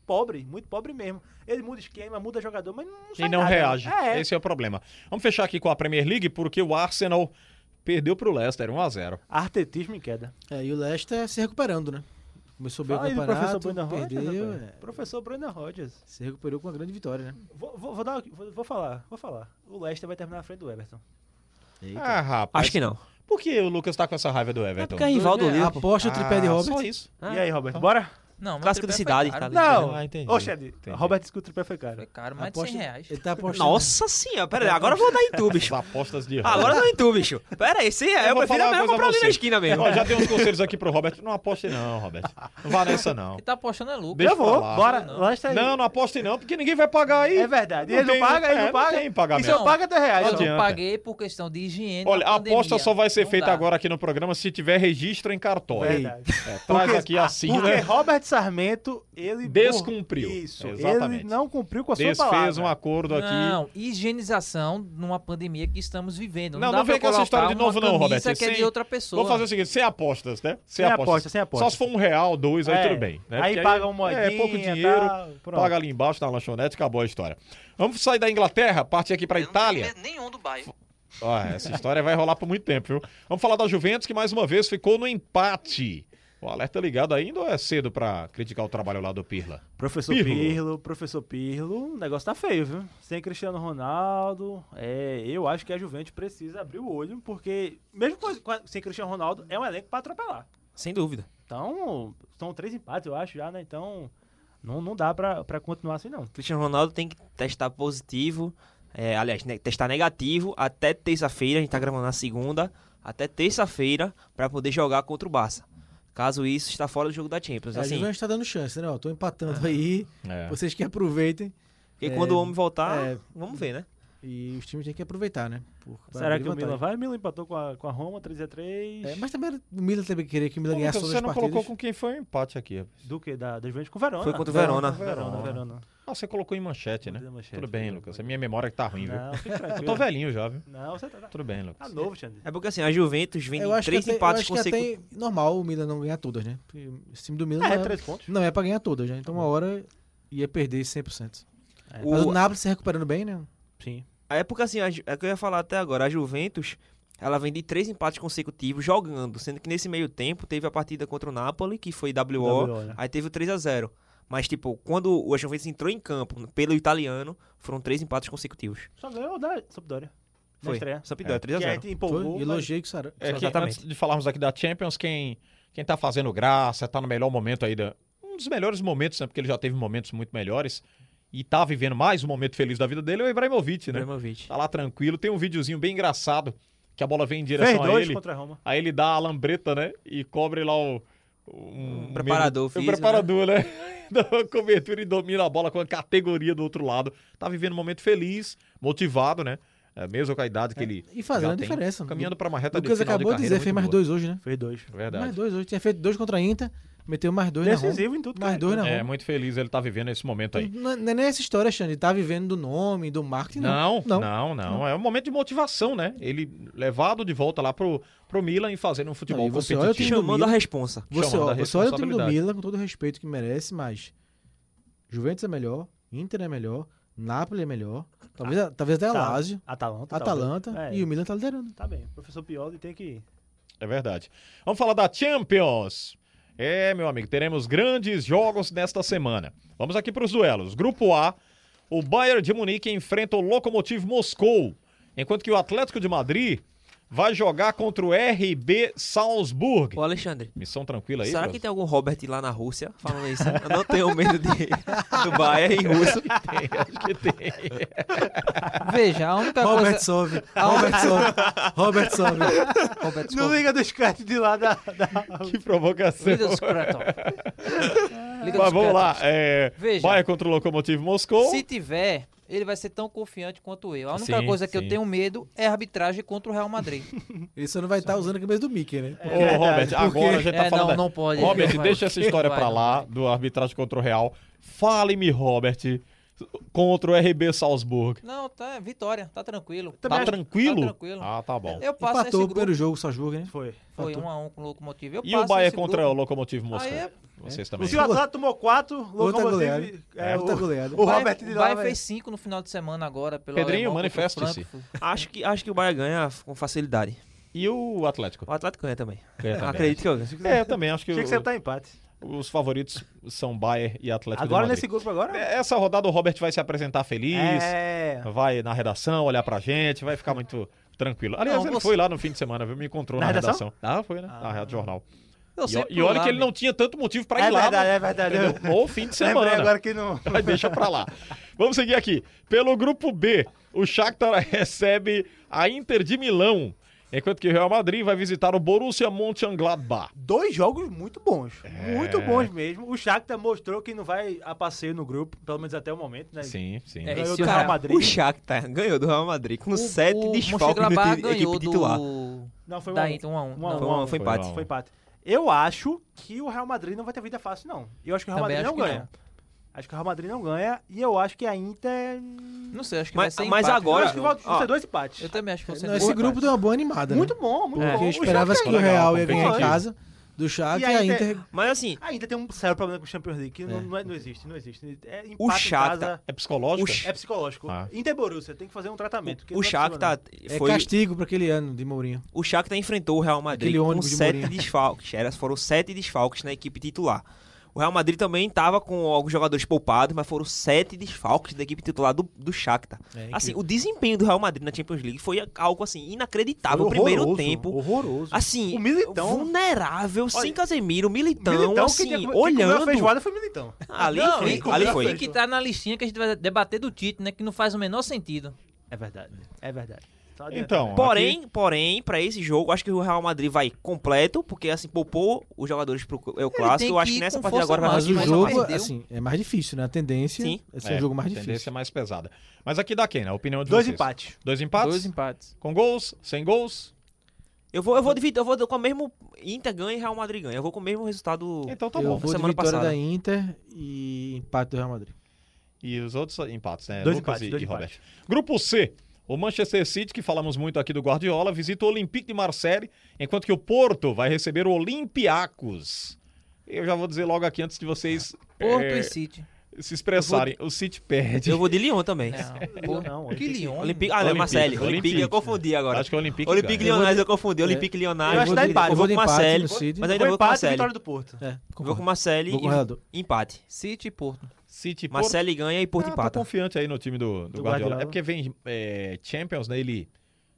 pobre, muito pobre mesmo. Ele muda esquema, muda jogador, mas não sai E não nada. reage. É, Esse é o problema. Vamos fechar aqui com a Premier League, porque o Arsenal perdeu pro Leicester 1x0. artetismo em queda. É, e o Leicester se recuperando, né? Começou bem Fala aí o do campeonato, professor Bruna Rodgers. perdeu, rapaz. é, Professor Bruna Rodgers. se recuperou com uma grande vitória, né? Vou, vou, vou dar, vou, vou falar, vou falar. O Leicester vai terminar na frente do Everton. Ah, rapaz. Acho que não. Por que o Lucas tá com essa raiva do Everton? porque é rival do Dois é- Liverpool. Aposta o tripé de Ah, Robert. Só isso. Ah, e aí, Roberto, bora? Não, mas Clássico o tripé de foi cidade, caro. né? tá ligado? Não. Ah, entendi. Ô, Shed, Entendi. Roberto é disse que o tripé foi caro. Foi caro, mais de 100 reais. Ele tá apostando. Nossa senhora, pera aí, agora eu vou dar em tu, As bicho. apostas de Robert. (laughs) Agora eu vou dar em tu, bicho. Pera aí, é é, sim, eu, prefiro vou falar uma eu coisa comprar a ali na você. esquina mesmo. Ó, já tem uns conselhos aqui pro Robert. Não aposte não, Robert. Não vá nessa não. Quem tá apostando é Lucas. Deixa Eu vou, falar. bora. Não. Leicester aí. Não, não aposte não, porque ninguém vai pagar aí. É verdade. Não ele tem- não paga, ele é, não paga. tem pagamento. E se eu pago é 10 reais. Eu adianta. não paguei por questão de higiene. Olha, na a aposta pandemia. só vai ser Não feita dá. agora aqui no programa se tiver registro em cartório. Verdade. É, traz Porque- aqui assim, Porque né? Robert Sarmento, ele... Descumpriu. Isso. Exatamente. Ele não cumpriu com a sua Desfez palavra. um acordo aqui. Não, higienização numa pandemia que estamos vivendo. Não, dá não pra vem com essa história de colocar uma novo, não, Roberto. camisa que é de Sem- outra pessoa. Vou fazer o seguinte, sem apostas, né? Sem aposta, sem aposta. Só se for um real, dois, aí É, tudo bem. Né? aí Porque paga uma moedinha, É, pouco dinheiro, tal, pronto. paga ali embaixo tá na lanchonete, acabou a história. Vamos sair da Inglaterra, partir aqui pra Itália. nenhum do bairro. Ó, essa história vai rolar por muito tempo, viu? Vamos falar da Juventus, que mais uma vez ficou no empate. O alerta ligado ainda ou é cedo pra criticar o trabalho lá do Pirla? Professor Pirlo. Pirlo. professor Pirlo, o negócio tá feio, viu? Sem Cristiano Ronaldo, é, eu acho que a Juventus precisa abrir o olho, porque mesmo com- com- sem Cristiano Ronaldo, é um elenco pra atropelar. Sem dúvida. Então, são três empates, eu acho, já, né? Então, não, não dá pra, pra continuar assim, não. Cristiano Ronaldo tem que testar positivo, é, aliás, ne- testar negativo até terça-feira, a gente tá gravando na segunda, até terça-feira pra poder jogar contra o Barça. Caso isso, está fora do jogo da Champions. É, a assim, Juventus tá dando chance, né? Ó, tô empatando aí, É. vocês que aproveitem. porque quando o homem voltar, é, vamos ver, né? E os times têm que aproveitar, né? Por- pra Será abrir que o vantagem. Milan vai? O Milan empatou com a, com a Roma, 3x3. É, mas também o Milan também queria que o Milan Ô, Lucas, ganhasse todas você as não partidas. colocou com quem foi o empate aqui. rapaz. Do que? Da, da Juventus com o Verona. Foi contra o Verona. Verona, Verona. Verona. Ah, você colocou em manchete, né? Botei na manchete, Tudo bem, tudo Lucas. bem. É minha memória que tá ruim, viu? Não, é. fica Eu tô tranquilo. velhinho já, viu? Não, você tá, Tudo bem, Lucas. tá novo, Xande. É porque assim, a Juventus vem Eu de acho três que até, empates eu acho que consecutivos. até é normal o Milan não ganhar todas, né? Porque Esse time do Milan É, não, é, três pontos. não é pra ganhar todas, né? Então uma hora ia perder 100%. O- Mas o Napoli se recuperando bem, né? Sim. É porque assim, a Ju- é o que eu ia falar até agora, a Juventus, ela vem de três empates consecutivos jogando, sendo que nesse meio tempo teve a partida contra o Napoli, que foi WO, WO, né? aí teve o 3 a 0 Mas, tipo, quando o Juventus entrou em campo, pelo italiano, foram três empates consecutivos. Só ganhou da Sampdoria. Na Foi. estreia. É. Sampdoria, 3 a 0 Que aí Foi, empolgou. mas- elogiei que o Sara. tá- É que Exatamente. antes de falarmos aqui da Champions, quem, quem tá fazendo graça, tá no melhor momento aí, da, um dos melhores momentos, né? Porque ele já teve momentos muito melhores e tá vivendo mais um momento feliz da vida dele, é o Ibrahimovic, né? Ibrahimovic. Tá lá tranquilo. Tem um videozinho bem engraçado que a bola vem em Fez direção a dois ele. contra a Roma. Aí ele dá a lambreta, né? E cobre lá o. Um, preparador um físico, preparador, né? (laughs) Dá uma cobertura e domina a bola com a categoria do outro lado. Tá vivendo um momento feliz, motivado, né? É, mesmo com a idade que ele. E fazendo já a tem. diferença. Caminhando pra tá uma reta de Lucas final acabou de de, dizer, fez mais dois hoje, né? Fez dois. Verdade. Mais dois hoje. Tinha feito dois contra a Inter, meteu mais dois na Roma. Decisivo em tudo. Mais cara. dois na Roma. É, muito feliz ele tá vivendo esse momento aí. Não, não é nem essa história, Xande. Tá vivendo do nome, do marketing, Não, não, Não. não, É um momento de motivação, né? Ele levado de volta lá pro, pro Milan e fazendo um futebol Não, e você olha o competitivo. time do Chamando a Milan. responsa. Você, chamando ó, a você olha o time do responsabilidade. Milan com todo o respeito que merece, mas Juventus é melhor, Inter é melhor, Napoli é melhor, talvez, talvez até a Tá. É Lazio, Atalanta. Atalanta talvez. É, e o Milan tá liderando. Tá bem. Professor Pioli tem que. É verdade. Vamos falar da Champions. É, meu amigo, teremos grandes jogos nesta semana. Vamos aqui para os duelos. Grupo A, o Bayern de Munique enfrenta o Lokomotiv Moscou, enquanto que o Atlético de Madrid vai jogar contra o RB Salzburg. Ô, Alexandre, Missão tranquila aí, será Bruno? que tem algum Robert lá na Rússia falando isso? Eu não tenho medo de, do Bayern em (laughs) russo. Veja, a única Robert coisa. (laughs) Sove, Robert Sove, Robert Sove. Robert Não liga dos caras de lá da. da- Que provocação. Liga (laughs) dos Kratos. Liga Mas dos vamos lá. Kratos. É, Veja. Bayern contra o Lokomotiv Moscou. Se tiver, ele vai ser tão confiante quanto eu. A única Sim, coisa que sim. eu tenho medo é a arbitragem contra o Real Madrid. Ele só não vai estar usando a cabeça do Mickey, né? Ô, Robert, agora a gente tá É, falando. não, não pode. Robert, Vai. deixa essa história Vai, pra não lá, do arbitragem contra o Real. Fale-me, Robert, contra o RB Salzburg. Não, tá, é vitória, tá tranquilo. Tá tranquilo? Tá tranquilo. Ah, tá bom. Eu passo Empatou o nesse primeiro grupo. jogo, só jogo, né? Foi. Foi um a um com o Locomotivo. Eu E passo o Bahia nesse contra o grupo. Lokomotiv Moscou? Aí é- Vocês O também. Silvio Atlato tomou quatro. Outra goleada. Locomotive. É, outra goleada. O O Bahia- Robert de o lá. Bahia vai- fez cinco no final de semana agora. Pelo Pedrinho, alemão contra o manifeste-se. Frankfurt. Acho que, acho que o Bayern ganha com facilidade. E o Atlético? O Atlético ganha também. Ganha também. Acredito que eu ganho. É, eu também acho que, Tinha que tá- o- sentar empate. os favoritos são Bayern e Atlético Agora de É, nesse Madrid. grupo agora. Essa rodada o Robert vai se apresentar feliz, É. vai na redação olhar pra gente, vai ficar muito tranquilo. Aliás, Não, ele você- foi lá no fim de semana, viu? Me encontrou na, Na redação? Ah, foi, né? Na Rádio Jornal. Tá Eu E, sempre e olha lá, né? né? que ele não amigo. tinha tanto motivo pra ir É lá. verdade, mas- é verdade. entendeu? Eu No fim de semana. (laughs) Lembrei agora que não. (laughs) Mas deixa pra lá. Vamos seguir aqui. Pelo grupo B, o Shakhtar (laughs) recebe a Inter de Milão. Enquanto que o Real Madrid vai visitar o Borussia Mönchengladbach. Dois jogos muito bons. É. Muito bons mesmo. O Shakhtar mostrou que não vai a passeio no grupo, pelo menos até o momento, né? Sim, sim. É, Ganhou esse do cara- Real Madrid. O Shakhtar ganhou do Real Madrid com O- 7 o desfalques na Mönchengladbach equipe ganhou titular. do... Não, foi um. a Da um. Inter, um a um. Um a Não, um, um a um. Foi um a empate. um. Foi empate. Eu acho que o Real Madrid não vai ter vida fácil, não. Eu acho que o Real Também Madrid não acho que ganha. Acho que o Real Madrid não ganha e eu acho que a Inter. Não sei, acho que Mas- vai ser mas empate. agora- eu acho que vai ó, ser dois empates. Eu também acho que vai ser Não, dois Esse empates. gruto deu uma boa animada, Muito né? bom, muito bom. Porque O esperava-se Shakhtar é que o ganhou. Real ia ganhar Competente. em casa do Shakhtar e a Inter... Mas assim, Ainda tem um sério problema com o Champions League, que não, não é- não existe, não existe. É empate O em Shakhtar- casa, É psicológico? O Sh- é psicológico. Ah. Inter e Borussia, tem que fazer um tratamento. que o não é possível, Shakhtar É foi castigo pra aquele ano de Mourinho. o Shakhtar enfrentou o Real Madrid Aquele com ônibus de 7 Mourinho. desfalques. Era, foram 7 desfalques na equipe titular. O Real Madrid também estava com alguns jogadores poupados, mas foram 7 desfalques da equipe titular do, do Shakhtar. É, assim, o desempenho do Real Madrid na Champions League foi algo assim inacreditável. O primeiro Horroroso, tempo, Horroroso. assim, O Militão- vulnerável, sem Casemiro, Militão, Militão, assim, quem tinha- quem comeu a olhando. feijoada foi Militão. Ali Não, foi, e- ali e foi. tem que estar na listinha que a gente vai debater do Tite, né? Que não faz o menor sentido. É verdade, é verdade. Só adiantando. Então, Porém, porém, para esse jogo, acho que o Real Madrid vai completo, porque assim, poupou os jogadores pro é o clássico. tem Eu acho que que ir nessa com partida força agora vai Mas máxima, conseguir o mas mais uma não jogo, partida. perdeu. assim, é mais difícil, né? A tendência Sim. é ser um jogo mais A tendência é difícil. mais pesada. Mas aqui dá quem, né? A opinião de Dois vocês. empates. Dois empates? Dois empates. Com gols? Sem gols? Eu vou, eu vou dividir, eu vou com o mesmo Inter ganha e Real Madrid ganha. Eu vou com o mesmo resultado. Então tá eu bom. vou semana de vitória passada. da Inter e empate do Real Madrid. E os outros empates, né? Dois Lucas empates, e, dois e Robert. empates. Grupo C. O Manchester City, que falamos muito aqui do Guardiola, visita o Olympique de Marseille, enquanto que o Porto vai receber o Olympiacos. Eu já vou dizer logo aqui antes (laughs) de vocês Porto eh, e City. se expressarem. O City perde. Eu vou de Lyon também. É. Não, não, Porto. Que Olympique. Lyon. Olympique, ah, não, Olympique, Marseille. Olympique. Olympique, eu confundi agora. Acho que o Olympique. Olympique ganha. Lyonnais eu confundi. Olympique Lyonnais. Eu acho que dá de- empate. Eu vou de com empate Marseille. no City. Mas Vou ainda vou com empate e Marseille. vitória do Porto. É, Vou com concordo. Marseille Vou com o e Real. empate. City e Porto. City e Porto. Marseille ganha e Porto Ah, Tô empata. confiante aí no time do, do Do Guardiola. Guardiola. É porque vem é, Champions, né? Ele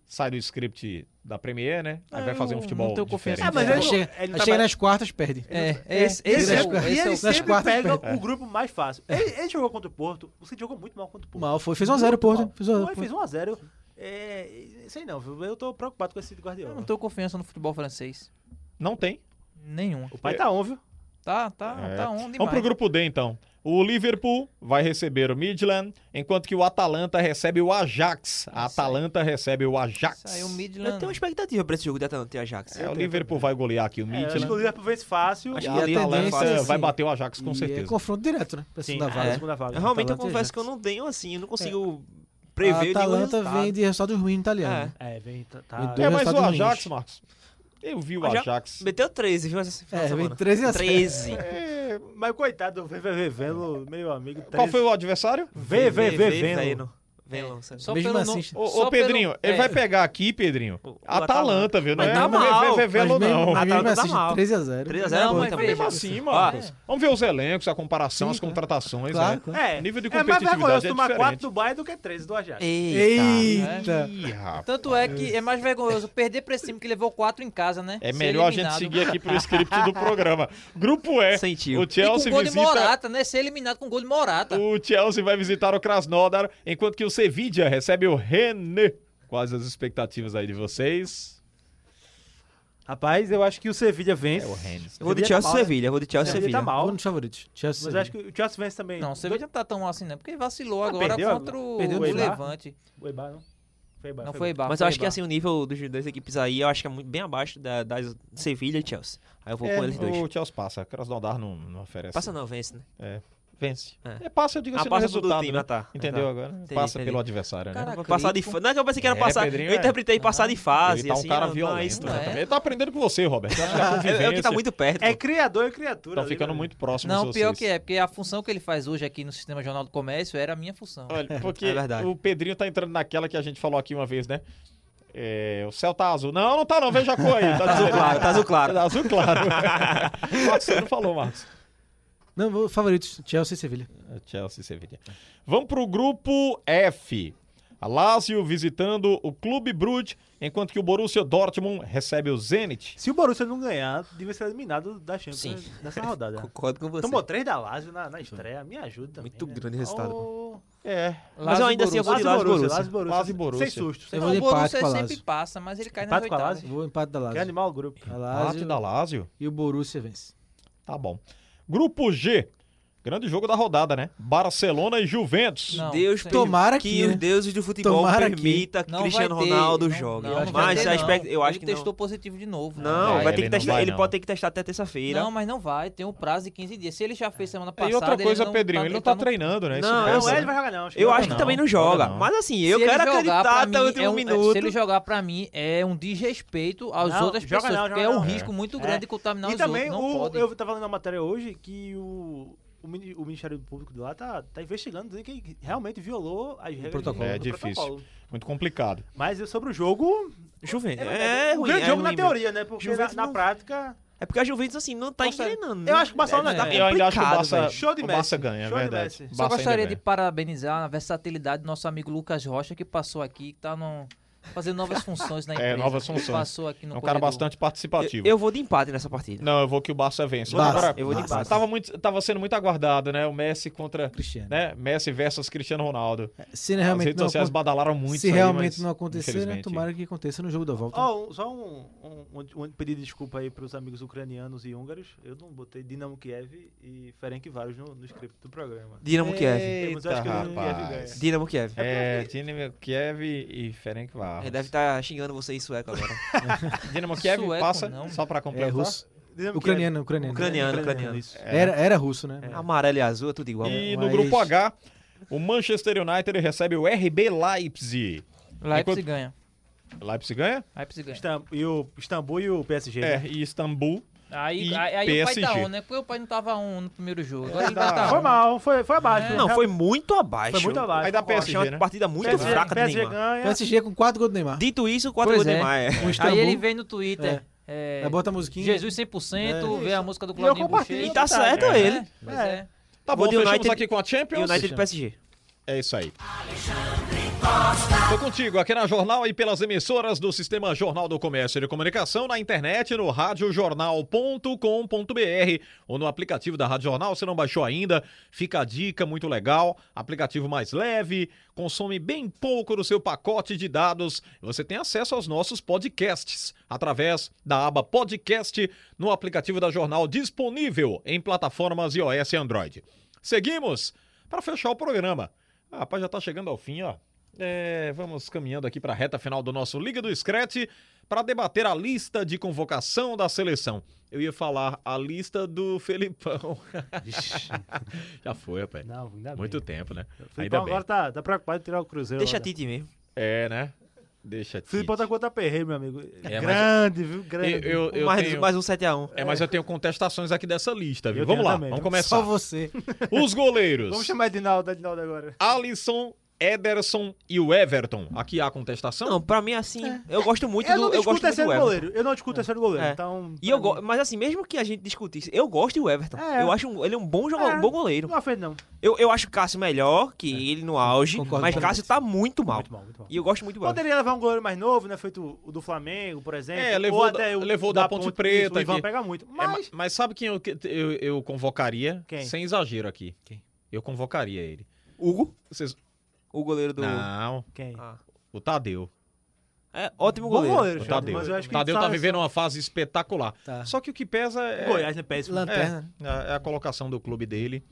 sai do script da Premier, né? Aí Ah, vai fazer um eu futebol não tenho confiança. diferente. Ah, mas ele É, aí não- chega, ele aí tá chega mais- nas quartas, perde. É, é esse, esse Esse é é o. o- e Esse é ele o nas sempre quartas pega perde. o grupo mais fácil. Ele, ele jogou contra o Porto, o City jogou muito mal contra o Porto. Mal foi. Fez 1x0 o Porto. Mal. Fez 1 a 0 Foi, Porto. Fez 1x0. É, sei não, viu? eu tô preocupado com esse do Guardiola. Eu não tenho confiança no futebol francês. Não tem. Nenhuma. O pai tá on, viu? Tá, tá, É. tá on demais. Vamos pro grupo D, então. O Liverpool vai receber o Midland, enquanto que o Atalanta recebe o Ajax. A Isso aí. Atalanta recebe o Ajax. Saiu o Eu Midland. tenho uma expectativa pra esse jogo de Atalanta e Ajax. É, o Liverpool vai golear aqui o É, acho que o Midland. Liverpool vence fácil. Acho que e a o Liverpool Atalanta vai- assim, vai bater o Ajax com E É certeza. confronto direto, né? Pra segunda é, vaga. segunda vaga. Eu Realmente eu Atalanta e confesso um que eu Ajax. não tenho assim, eu não consigo prever a nenhum Atalanta resultado. vem de resultados ruins no italiano. É. né? É, vem, tá. tá- Então, É, mas o Resultado ruim. Ajax, Marcos. Eu vi o Ajax- Ajax. Meteu 13, viu? Essa final É, de semana. vem 13 a 0. 13. É, Mas coitado do VVV Velo, meu amigo. Qual foi o adversário? VVV Vem, Velo? Velo, sabe? É. Só Mesmo pelo assim, no- Ô, Ô, só ô, Pedrinho, pelo- ele é. vai pegar aqui, Pedrinho, O- o Atalanta, viu? Não Mas é tá o mal. VVVelo, mas mesmo, não. mas mesmo Atalanta tá assim, mal. 13 a 0. 13 a zero é Não, muito, mas também, mesmo gente. assim, Marcos. Vamos ver os elencos, a comparação, Sim, as claro. contratações, Claro, né? claro. É, Nível de é mais competitividade vergonhoso é tomar diferente. 4 do Bayern do que 3 do Ajax. Eita. Eita. Ih, rapaz. Tanto é que é mais vergonhoso perder pra esse time que levou quatro em casa, né? É Ser melhor a gente eliminado. seguir aqui pro script do programa. Grupo E. Sentiu. O E com Chelsea gol de visita. Morata, né? Ser eliminado com gol de Morata. O Chelsea vai visitar o Krasnodar, enquanto que o Sevilla recebe o René. Quais as expectativas aí de vocês? Rapaz, eu acho que o Sevilla vence. Eu vou de Sevilha tá Chelsea mal, né? Sevilha, eu vou de O Chelsea Sevilla Sevilha. tá mal. Um dos favoritos. Chelsea. Mas eu acho que o Chelsea vence também. Não, o Sevilla não tá tão assim, né? Porque vacilou agora perdeu contra o, perdeu o do Eibar. Levante. O Eibar, não? Foi Eibar. Não foi foi Eibar. Mas foi eu acho que Eibar. assim, o nível dos das equipes aí, eu acho que é muito bem abaixo da, das Sevilha e Chelsea. Aí eu É, vou com eles dois. o Chelsea passa. Krasnodar não, não oferece. Passa não, vence, né? Vence. É. É, passa, eu digo Ah, assim, no passa do resultado. time, né? ah, tá. Entendeu Tá. agora? Entendi, passa entendi. pelo adversário, né? Cara, Passar de Crespo. fase. Não é que eu pensei que era É, passar. Pedrinho, eu é. interpretei passar Ah. de fase. Ele é tá um assim, cara não, não, violento. isso não né, é. também. Ele tá aprendendo com você, Roberto. Eu acho que (laughs) a É, é o que tá convivência- muito perto. É criador e criatura. Estão ali, ficando né? muito próximos Não, vocês. pior que é, porque a função que ele faz hoje aqui no Sistema Jornal do Comércio era a minha função. Olha, porque (laughs) É verdade. o Pedrinho tá entrando naquela que a gente falou aqui uma vez, né? É, o céu tá azul. Não, não tá não, veja a cor aí. Tá, Tá azul dizendo. claro, tá azul claro. Tá azul claro. (laughs) Marcos, você não falou, Marcos. Não, vou- favoritos. Chelsea e Sevilha. Chelsea e Sevilla. Vamos pro grupo F. A Lazio visitando o Clube Brugge, enquanto que o Borussia Dortmund recebe o Zenit. Se o Borussia não ganhar, devia ser eliminado da Champions Sim. nessa rodada. (laughs) Concordo com você. Tomou 3 da Lazio na, na estreia. Me ajuda também. Muito né? grande resultado, Ô, É, Mas eu ainda assim eu vou de Lazio e Lazio Borussia. Borussia. Lazio Borussia. Lazio e Borussia. Sem susto. Sem Eu Não, vou de o Borussia empate com a sempre Lazio. passa, mas ele cai nas Empate com a oitavas. Lazio? Vou empate da Que Lazio. animal o é grupo. A empate Lazio Ah, da Lazio. e o Borussia vence. Tá bom. Grupo G. Grande jogo da rodada, né? Barcelona e Juventus. Não, Deus permita tem- Tomara que, que, os né? deuses do futebol Tomara que. permita que Não vai Cristiano ter, Ronaldo não- jogue. não, vai Mas ter, a não. expect- eu acho ele que testou positivo de novo. não. Não, vai É, ter ele que não testar, vai, ele não. pode ter que testar até terça-feira. Não, mas não vai. Tem um prazo de 15 dias. Se ele já É. fez semana passada. e outra coisa, não Pedrinho, tá- ele não tá no- treinando, né? Isso Não, pesa, Não, ele né? não vai jogar não. Eu que acho que não. também não joga. não. Mas assim, Se eu ele quero jogar, pra acreditar até o mim, último é um- minuto. Se ele jogar pra mim, é um desrespeito às Não, outras joga pessoas. não, porque joga é um não. risco muito É. grande de contaminar E os também, outros. Não o, pode. eu tava lendo uma matéria hoje que o, o, mini- o Ministério Público de lá tá, tá investigando, dizendo que realmente violou as regras protocolo. do- É do difícil. protocolo. Muito complicado. Mas é sobre o jogo, Juventus. É, é, um ruim, grande é jogo ruim mesmo. na teoria, né? Porque Juventus na, na não- prática, É porque a Juventus, assim, não tá Nossa, engrenando. eu acho que o Barcelona É, tá é. eu ainda acho que o complicado, Barça, velho. Show de o Barça Messi. ganha, é Show de verdade. Messi. O Só Barça ainda gostaria de ganha. parabenizar a versatilidade do nosso amigo Lucas Rocha, que passou aqui, que tá num, fazer novas funções na empresa. É, novas Ele funções. Passou aqui no é um cara corredor. bastante Eu, participativo. eu vou de empate nessa partida. Não, eu vou que o Barça vence. Barça, Agora, eu vou de Barça. Tava, muito, tava sendo muito aguardado, né? O Messi contra. Cristiano. Né? Messi versus Cristiano Ronaldo. Se As É, realmente redes não sociais acon- badalaram muito. isso se aí, realmente mas, não acontecer, né, infelizmente, tomara que aconteça no jogo da volta. Ó, um- só um, um, um- um pedido de desculpa aí pros amigos ucranianos e húngaros. Eu não botei Dinamo Kiev e Ferenc Varos no, no script do programa. Dinamo é? é, Kiev. Mas eu acho que o Dinamo Kiev rapaz. ganha. Dinamo Kiev. É, Dinamo Kiev e Ferenc Varos. É Ele deve estar xingando você em sueco (laughs) agora. Dinamo Kiev Sueco, passa, não. só pra É completar. russo. Dinamo Ucraniano, ucraniano. Ucraniano, ucraniano. isso. Era, era russo, né? Amarelo e azul é tudo igual. E Uma no grupo ex- H, o Manchester United recebe o RB Leipzig. Leipzig Enquanto- ganha. Leipzig ganha? Leipzig ganha. Istam- E o Istambul e o PSG. É, né? e Istambul. Aí, E aí, aí o pai tá PSG. on, né? Porque o pai não tava on no primeiro jogo. Agora ele vai dá. tá Foi on. mal, foi, foi abaixo. Não, foi muito abaixo. Foi muito abaixo. Aí dá concordo. PSG, Achei uma né? partida muito PSG, fraca do PSG Neymar. ganha. PSG é com 4 gols do Neymar. Dito isso, quatro Pois gols do é. Neymar. é. Um Aí Istambul. ele vem no Twitter. é, Aí bota a musiquinha. Jesus 100%, vê a música do eu Claudinho compartilho. Buchecha. E tá certo É, ele. Pois é. Tá Vou bom, de fechamos United- aqui com a Champions. United e PSG. É isso aí. Tô contigo aqui na Jornal e pelas emissoras do Sistema Jornal do Comércio e de Comunicação, na internet, no radiojornal.com.br ou no aplicativo da Rádio Jornal. Se não baixou ainda, fica a dica, muito legal. Aplicativo mais leve, consome bem pouco do seu pacote de dados. Você tem acesso aos nossos podcasts através da aba Podcast no aplicativo da Jornal disponível em plataformas iOS e Android. Seguimos para fechar o programa. Ah, rapaz, já tá chegando ao fim, ó. É, vamos caminhando aqui para a reta final do nosso Liga do Scratch para debater a lista de convocação da seleção. Eu ia falar a lista do (laughs) Felipão. Já foi, rapaz. Não, ainda bem. Muito tempo, né? Filipão Ainda bem. agora tá, tá preocupado em tirar o Cruzeiro. Deixa agora. Tite mesmo. É, né? Deixa Filipão tá Tite. com outra perreira, meu amigo. mas- grande, viu? Grande. Eu, eu, eu É, mais, tenho... mais um 7x1. É, mas eu tenho contestações aqui dessa lista, viu? Eu Vamos tenho lá, também. então. vamos começar. Só você. Os goleiros. Vamos chamar Edinaldo, Edinaldo agora. Alisson, Ederson e o Everton. Aqui há contestação? Não, pra mim, assim, eu gosto muito É. eu do. não eu gosto discuto muito do terceiro Everton. goleiro. Eu não discuto terceiro goleiro. É. Então, E eu pra go... Mas assim, mesmo que a gente discutisse, eu gosto do Everton. É. Eu acho um- ele é um bom jogador, É. um bom mim, goleiro. Não ofende, não. Eu, eu acho Cássio melhor que ele no auge, Concordo mas plenamente. Cássio tá muito mal. Muito mal, muito mal. E eu gosto muito do Everton. Poderia levar um goleiro mais novo, né? Feito o do Flamengo, por exemplo. É, levou Ou da- até o levou da Ponte Preta Isso, O Ivan aqui. pega muito. É, ma- Mas... mas sabe quem eu, que- eu, eu convocaria? Quem? Sem exagero aqui. Quem? Eu convocaria ele. Hugo, Vocês... o goleiro do. Não, Quem? Ah. o Tadeu. É ótimo Bom goleiro. goleiro, O Xande, Tadeu, mas eu acho o que Tadeu tá seleção- vivendo uma fase espetacular. Tá. Só que o que pesa é, Goiás, né? Péssimo. é, Lanterna. a, é a colocação do clube dele.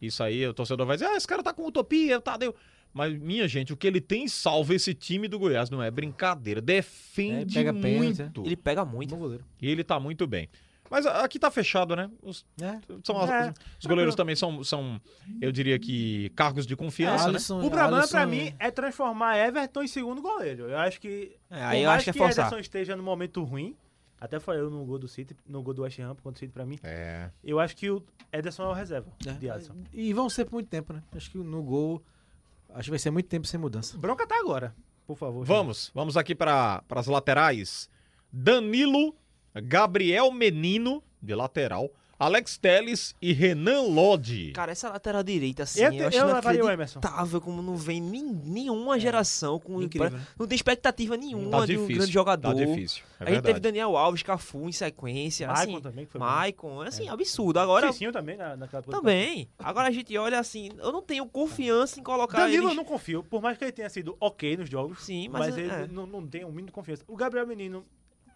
Isso aí, o torcedor vai dizer, ah, esse cara tá com utopia, o Tadeu. Mas, minha gente, o que ele tem salva esse time do Goiás não é brincadeira. Defende É, pega pênalti, muito. Ele pega Bom muito. goleiro. E ele tá muito bem. Mas a- aqui tá fechado, né? Os, É. são as- É, os goleiros Uhum. também são, são, eu diria que, cargos de confiança, né? Alisson, O problema Alisson- pra mim é transformar Everton em segundo goleiro. Eu acho que. É, aí por eu mais acho que é Everton forçar. esteja num momento ruim. Até falei eu no gol do City, no gol do West Ham contra o City pra mim. É. Eu acho que o Ederson é o reserva de Alisson. É. E vão ser por muito tempo, né? Acho que no gol. Acho que vai ser muito tempo sem mudança. Bronca tá agora, por Uhum. favor. Vamos, vamos aqui para as laterais. Danilo, Gabriel Menino, de lateral, Alex Teles e Renan Lodi. Cara, essa lateral direita, assim, Eu eu, te- acho eu levaria o Emerson. inacreditável como não vem nin- nenhuma geração com. Incrível, pra- né? Não tem expectativa nenhuma Tá de um difícil, grande jogador. Tá difícil. É a gente teve verdade. Daniel Alves, Cafu em sequência. Maicon assim, também, que foi bom. Maicon, assim, absurdo. Agora, Cicinho também na, naquela posição. também. Agora a gente olha assim, eu não tenho confiança em colocar Danilo eu eles- não confio, por mais que ele tenha sido ok nos jogos. Sim, mas, mas ele é. não, não tem o mínimo de confiança. O Gabriel Menino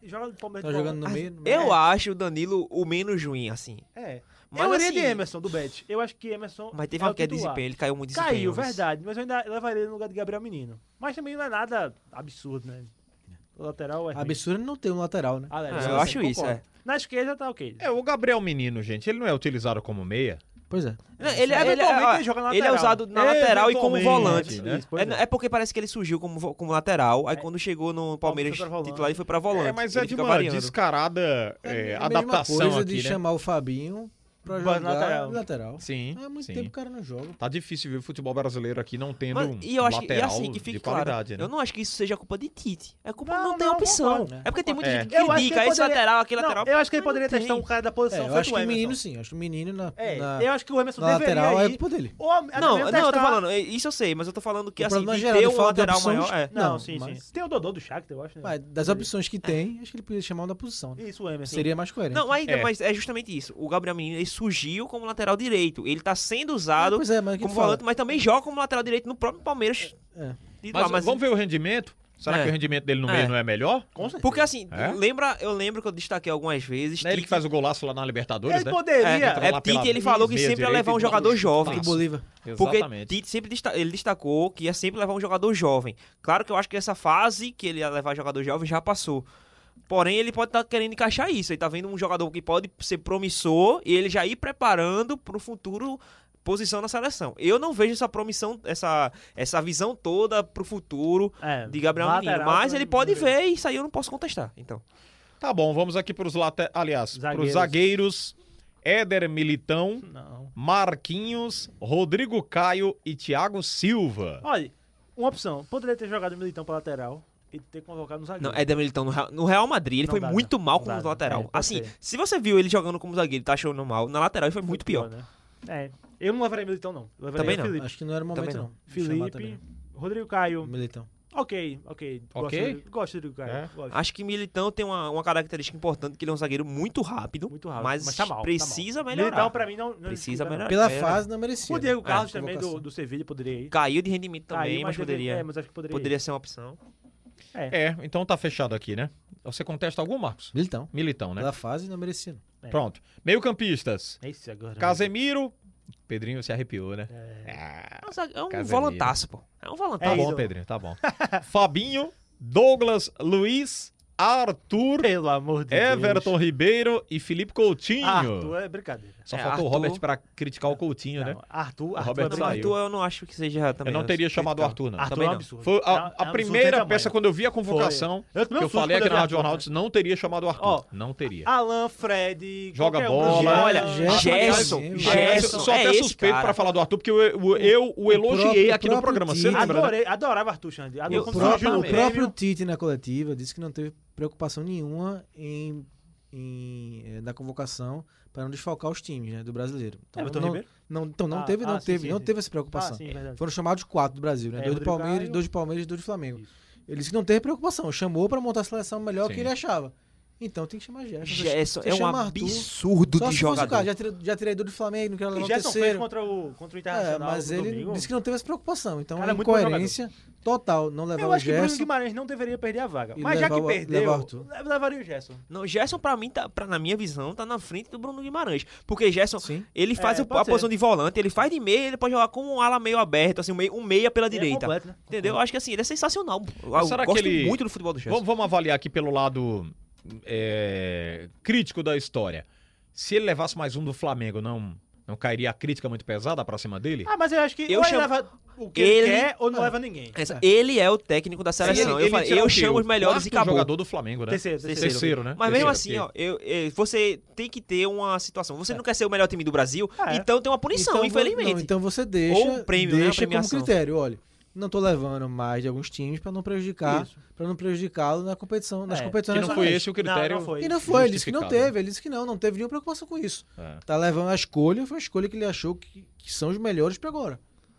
joga do Palmeiras. Tá de bola. jogando no meio. no meio. Eu acho o Danilo o menos ruim, assim. É. Mas eu iria assim- de Emerson, do Bet. Eu acho que Emerson. Mas teve é o uma queda de titular. desempenho, ele caiu muito de desempenho. Caiu, mas- verdade. Mas eu ainda levaria ele no lugar de Gabriel Menino. Mas também não é nada absurdo, né? O lateral é. ruim. Absurdo é não ter um lateral, né? Ah, é, É, isso eu eu acho isso, concordo. é. Na esquerda tá ok. É, o Gabriel Menino, gente, ele não é utilizado como meia. Pois é. Não, ele, ele, ele, Eventualmente ele joga na ele é lateral. usado na lateral e como Eventualmente, volante. né? Isso, pois É, não- é porque parece que ele surgiu como, vo- como lateral, aí quando chegou no Palmeiras pra volante. titular, ele foi pra volante. É, mas né? ele é de fica uma variando. descarada é, a mesma adaptação coisa aqui, né? de chamar o Fabinho pra Mas jogar lateral. lateral. lateral. Sim. É Há muito sim. tempo o cara não joga. Tá difícil ver o futebol brasileiro aqui não tendo Mas- um e eu acho que, e lateral assim, que fique de qualidade, claro, né? eu não acho que isso seja culpa de Tite. É culpa Não, não, tem não, opção. concordo, né? É porque tem muita É. gente Eu que acho que indica ele esse poderia- lateral, aquele Não, lateral. eu acho que ele Não poderia tem. testar um cara da posição. É, eu feito acho que o Emerson. menino sim. Acho que o menino na, É, na- eu acho que o Emerson na deveria lateral é ir. culpa dele. Ou, até Não, mesmo não, eu tô testar- falando, eh, isso eu sei, mas eu tô falando que O assim, problema de geral, ter ele um fala de lateral opções. maior. É. Não, Não, sim, mas- sim. Tem o Dodô do Shakhtar, eu acho, né? Mas das opções que tem, acho que ele podia chamar uma da posição. né? Isso, o Emerson. Seria mais coerente. Não, ainda, É. mas é justamente isso. O Gabriel Menino ele surgiu como lateral direito. Ele tá sendo Ah, usado pois é, mas o que como tu fala? volante, mas também joga como lateral direito no próprio Palmeiras. É. Titular, Mas, vamos ver o rendimento? Será É. que o rendimento dele no É. meio não é melhor? Porque assim, É? lembra, eu lembro que eu destaquei algumas vezes. Né, Ele que faz o golaço lá na Libertadores, Ele né? poderia. Entrou É, lá Tite, pela ele falou que meia sempre ia direita levar e um dá jogador jovem. chutaço. Do Bolívar. Porque Exatamente. Tite sempre desta- ele destacou que ia sempre levar um jogador jovem. Claro que eu acho que essa fase que ele ia levar jogador jovem já passou. Porém, ele pode estar querendo encaixar isso. Ele tá vendo um jogador que pode ser promissor e ele já ir preparando pro futuro posição na seleção. Eu não vejo essa promissão, essa, essa visão toda pro futuro É, de Gabriel lateral Menino. Mas ele também pode poderia. ver e isso aí eu não posso contestar. Então, Tá bom, vamos aqui pros laterais. Aliás, pros Zagueiros. zagueiros. Éder Militão, Não. Marquinhos, Rodrigo Caio e Thiago Silva. Olha, uma opção. Poderia ter jogado o Militão pra lateral e ter convocado no zagueiro. não, Éder Militão É no Real, no Real Madrid, ele Não foi dá, muito não. mal Não como dá, não. lateral. É, pode assim, ser. se você viu ele jogando como zagueiro, e tá achando mal, na lateral ele foi muito pior. né? É. Eu não levaria Militão, não. Eu levaria Também não. Felipe. Acho que não era o momento, Também não. não. Chamar também, Felipe, Rodrigo Caio. não. Militão. Ok, ok. Gosto Ok? do- Gosto do Rodrigo Caio. É. Gosto. Acho que Militão tem uma, uma característica importante, que ele é um zagueiro muito rápido. Muito rápido. Mas, tá mal, tá mal. precisa melhorar. Militão, pra mim, não. não Precisa desculpa, não. melhorar. Pela É, fase não merecia. O né? Diego Carlos É, também do, convocação. do Sevilha poderia ir. Caiu de rendimento também, Caiu, mas, deve- poderia, É, mas acho que poderia. poderia ser uma opção. É, então tá fechado aqui, né? Você contesta algum, Marcos? Militão. Militão, né? Pela fase não merecia. não. Pronto. Meio-campistas. ir. Esse É agora. Casemiro. Pedrinho se arrepiou, né? É um zague- É um Casemiro. volantaço, pô. É um Tá volantaço. bom, Pedrinho, tá bom. (laughs) Fabinho, Douglas, Luiz, Arthur, Pelo amor de Everton Deus. Ribeiro e Felipe Coutinho. Arthur é brincadeira. Só É, faltou o Arthur- Robert pra criticar o Coutinho, né? Não, Arthur, Arthur Roberto é Não, mas saiu. Arthur eu não acho que seja também. Eu não teria chamado o Arthur, não. Arthur Também é um não. absurdo. Foi É um- é um a, a absurdo primeira sem peça, tamanho. quando eu vi a convocação, Foi. Eu tomei que um eu susto falei quando aqui eu na Rádio vi Arthur, Jornal, eu disse, não teria chamado o Arthur. não teria. Alan, Fred. Joga ah, qualquer bola. Um, Olha, Gerson. Gerson. Gerson. Aliás, Gerson. eu sou é até esse suspeito cara. pra falar do Arthur, porque eu, eu, eu o elogiei próprio- aqui o no próprio programa. Você Tite. lembra, né? Adorei, adorava Arthur, Xande. Adorava Eu- O quando próprio- surgiu no o próprio Grêmio. Tite na coletiva disse que não teve preocupação nenhuma em, em, eh, na convocação para não desfalcar os times né, do brasileiro. É, Então Everton não, Ribeiro? não- então não Ah, teve, não ah, sim, teve, sim, não sim. teve essa Ah, preocupação. sim, verdade. Foram chamados quatro do Brasil, né? É, dois do Rodrigo Palmeiras, Caio. dois do Palmeiras e dois do Flamengo. Ele disse que não teve preocupação, chamou para montar a seleção melhor Sim. que ele achava. Então tem que chamar Gerson. Você- Gerson você é um chama Arthur, absurdo Só de se fosse o jogador. cara, já tirei, já tirei do do Flamengo, não quero E levar o Gerson fez terceiro. contra o, contra o É, Internacional. mas no ele domingo. disse que não teve essa preocupação. Então Cara, é muito bom incoerência total não levar Eu o acho que o Bruno Gerson. Guimarães não deveria perder a vaga. E Mas já que levar o- perdeu, levar o Arthur. lev- levaria o Gerson. Não, Gerson, pra mim, tá, pra, na minha visão, tá na frente do Bruno Guimarães. Porque Gerson, Sim. ele faz É, o- pode a ser. posição de volante, ele faz de meia, ele pode jogar com um ala meio aberto, assim, um meio- um meia pela Ele é direita. completo, né? Entendeu? Eu acho que assim, ele é sensacional. Eu, eu será que gosto ele- muito do futebol do Gerson. Vamos, vamos avaliar aqui pelo lado é, crítico da história. Se ele levasse mais um do Flamengo, não, não cairia a crítica muito pesada pra cima dele? Ah, mas eu acho que Eu ou chamo- ele leva o que ele Ele- quer ou não leva ninguém. Essa- Ele é o técnico da seleção. eu falei, tirar eu o quê? chamo O os melhores e quarto acabou. jogador do Flamengo, né? Terceiro, terceiro. Terceiro, né? Mas mesmo Terceiro, assim, ok. ó, eu- eu- você tem que ter uma situação. Você não quer ser o melhor time do Brasil, Ah, é. então tem uma punição, vo- infelizmente. não, então você deixa, Ou um prêmio, né, uma deixa como premiação. critério, olha. Não tô levando mais de alguns times para não prejudicar, para não prejudicá-lo na competição, nas É, competições Que não foi nacionais. esse o critério. Não, não foi. E não foi, ele disse que não Justificado. teve, ele disse que não, não teve nenhuma preocupação com isso. É. Tá levando a escolha, foi a escolha que ele achou que, que são os melhores para agora.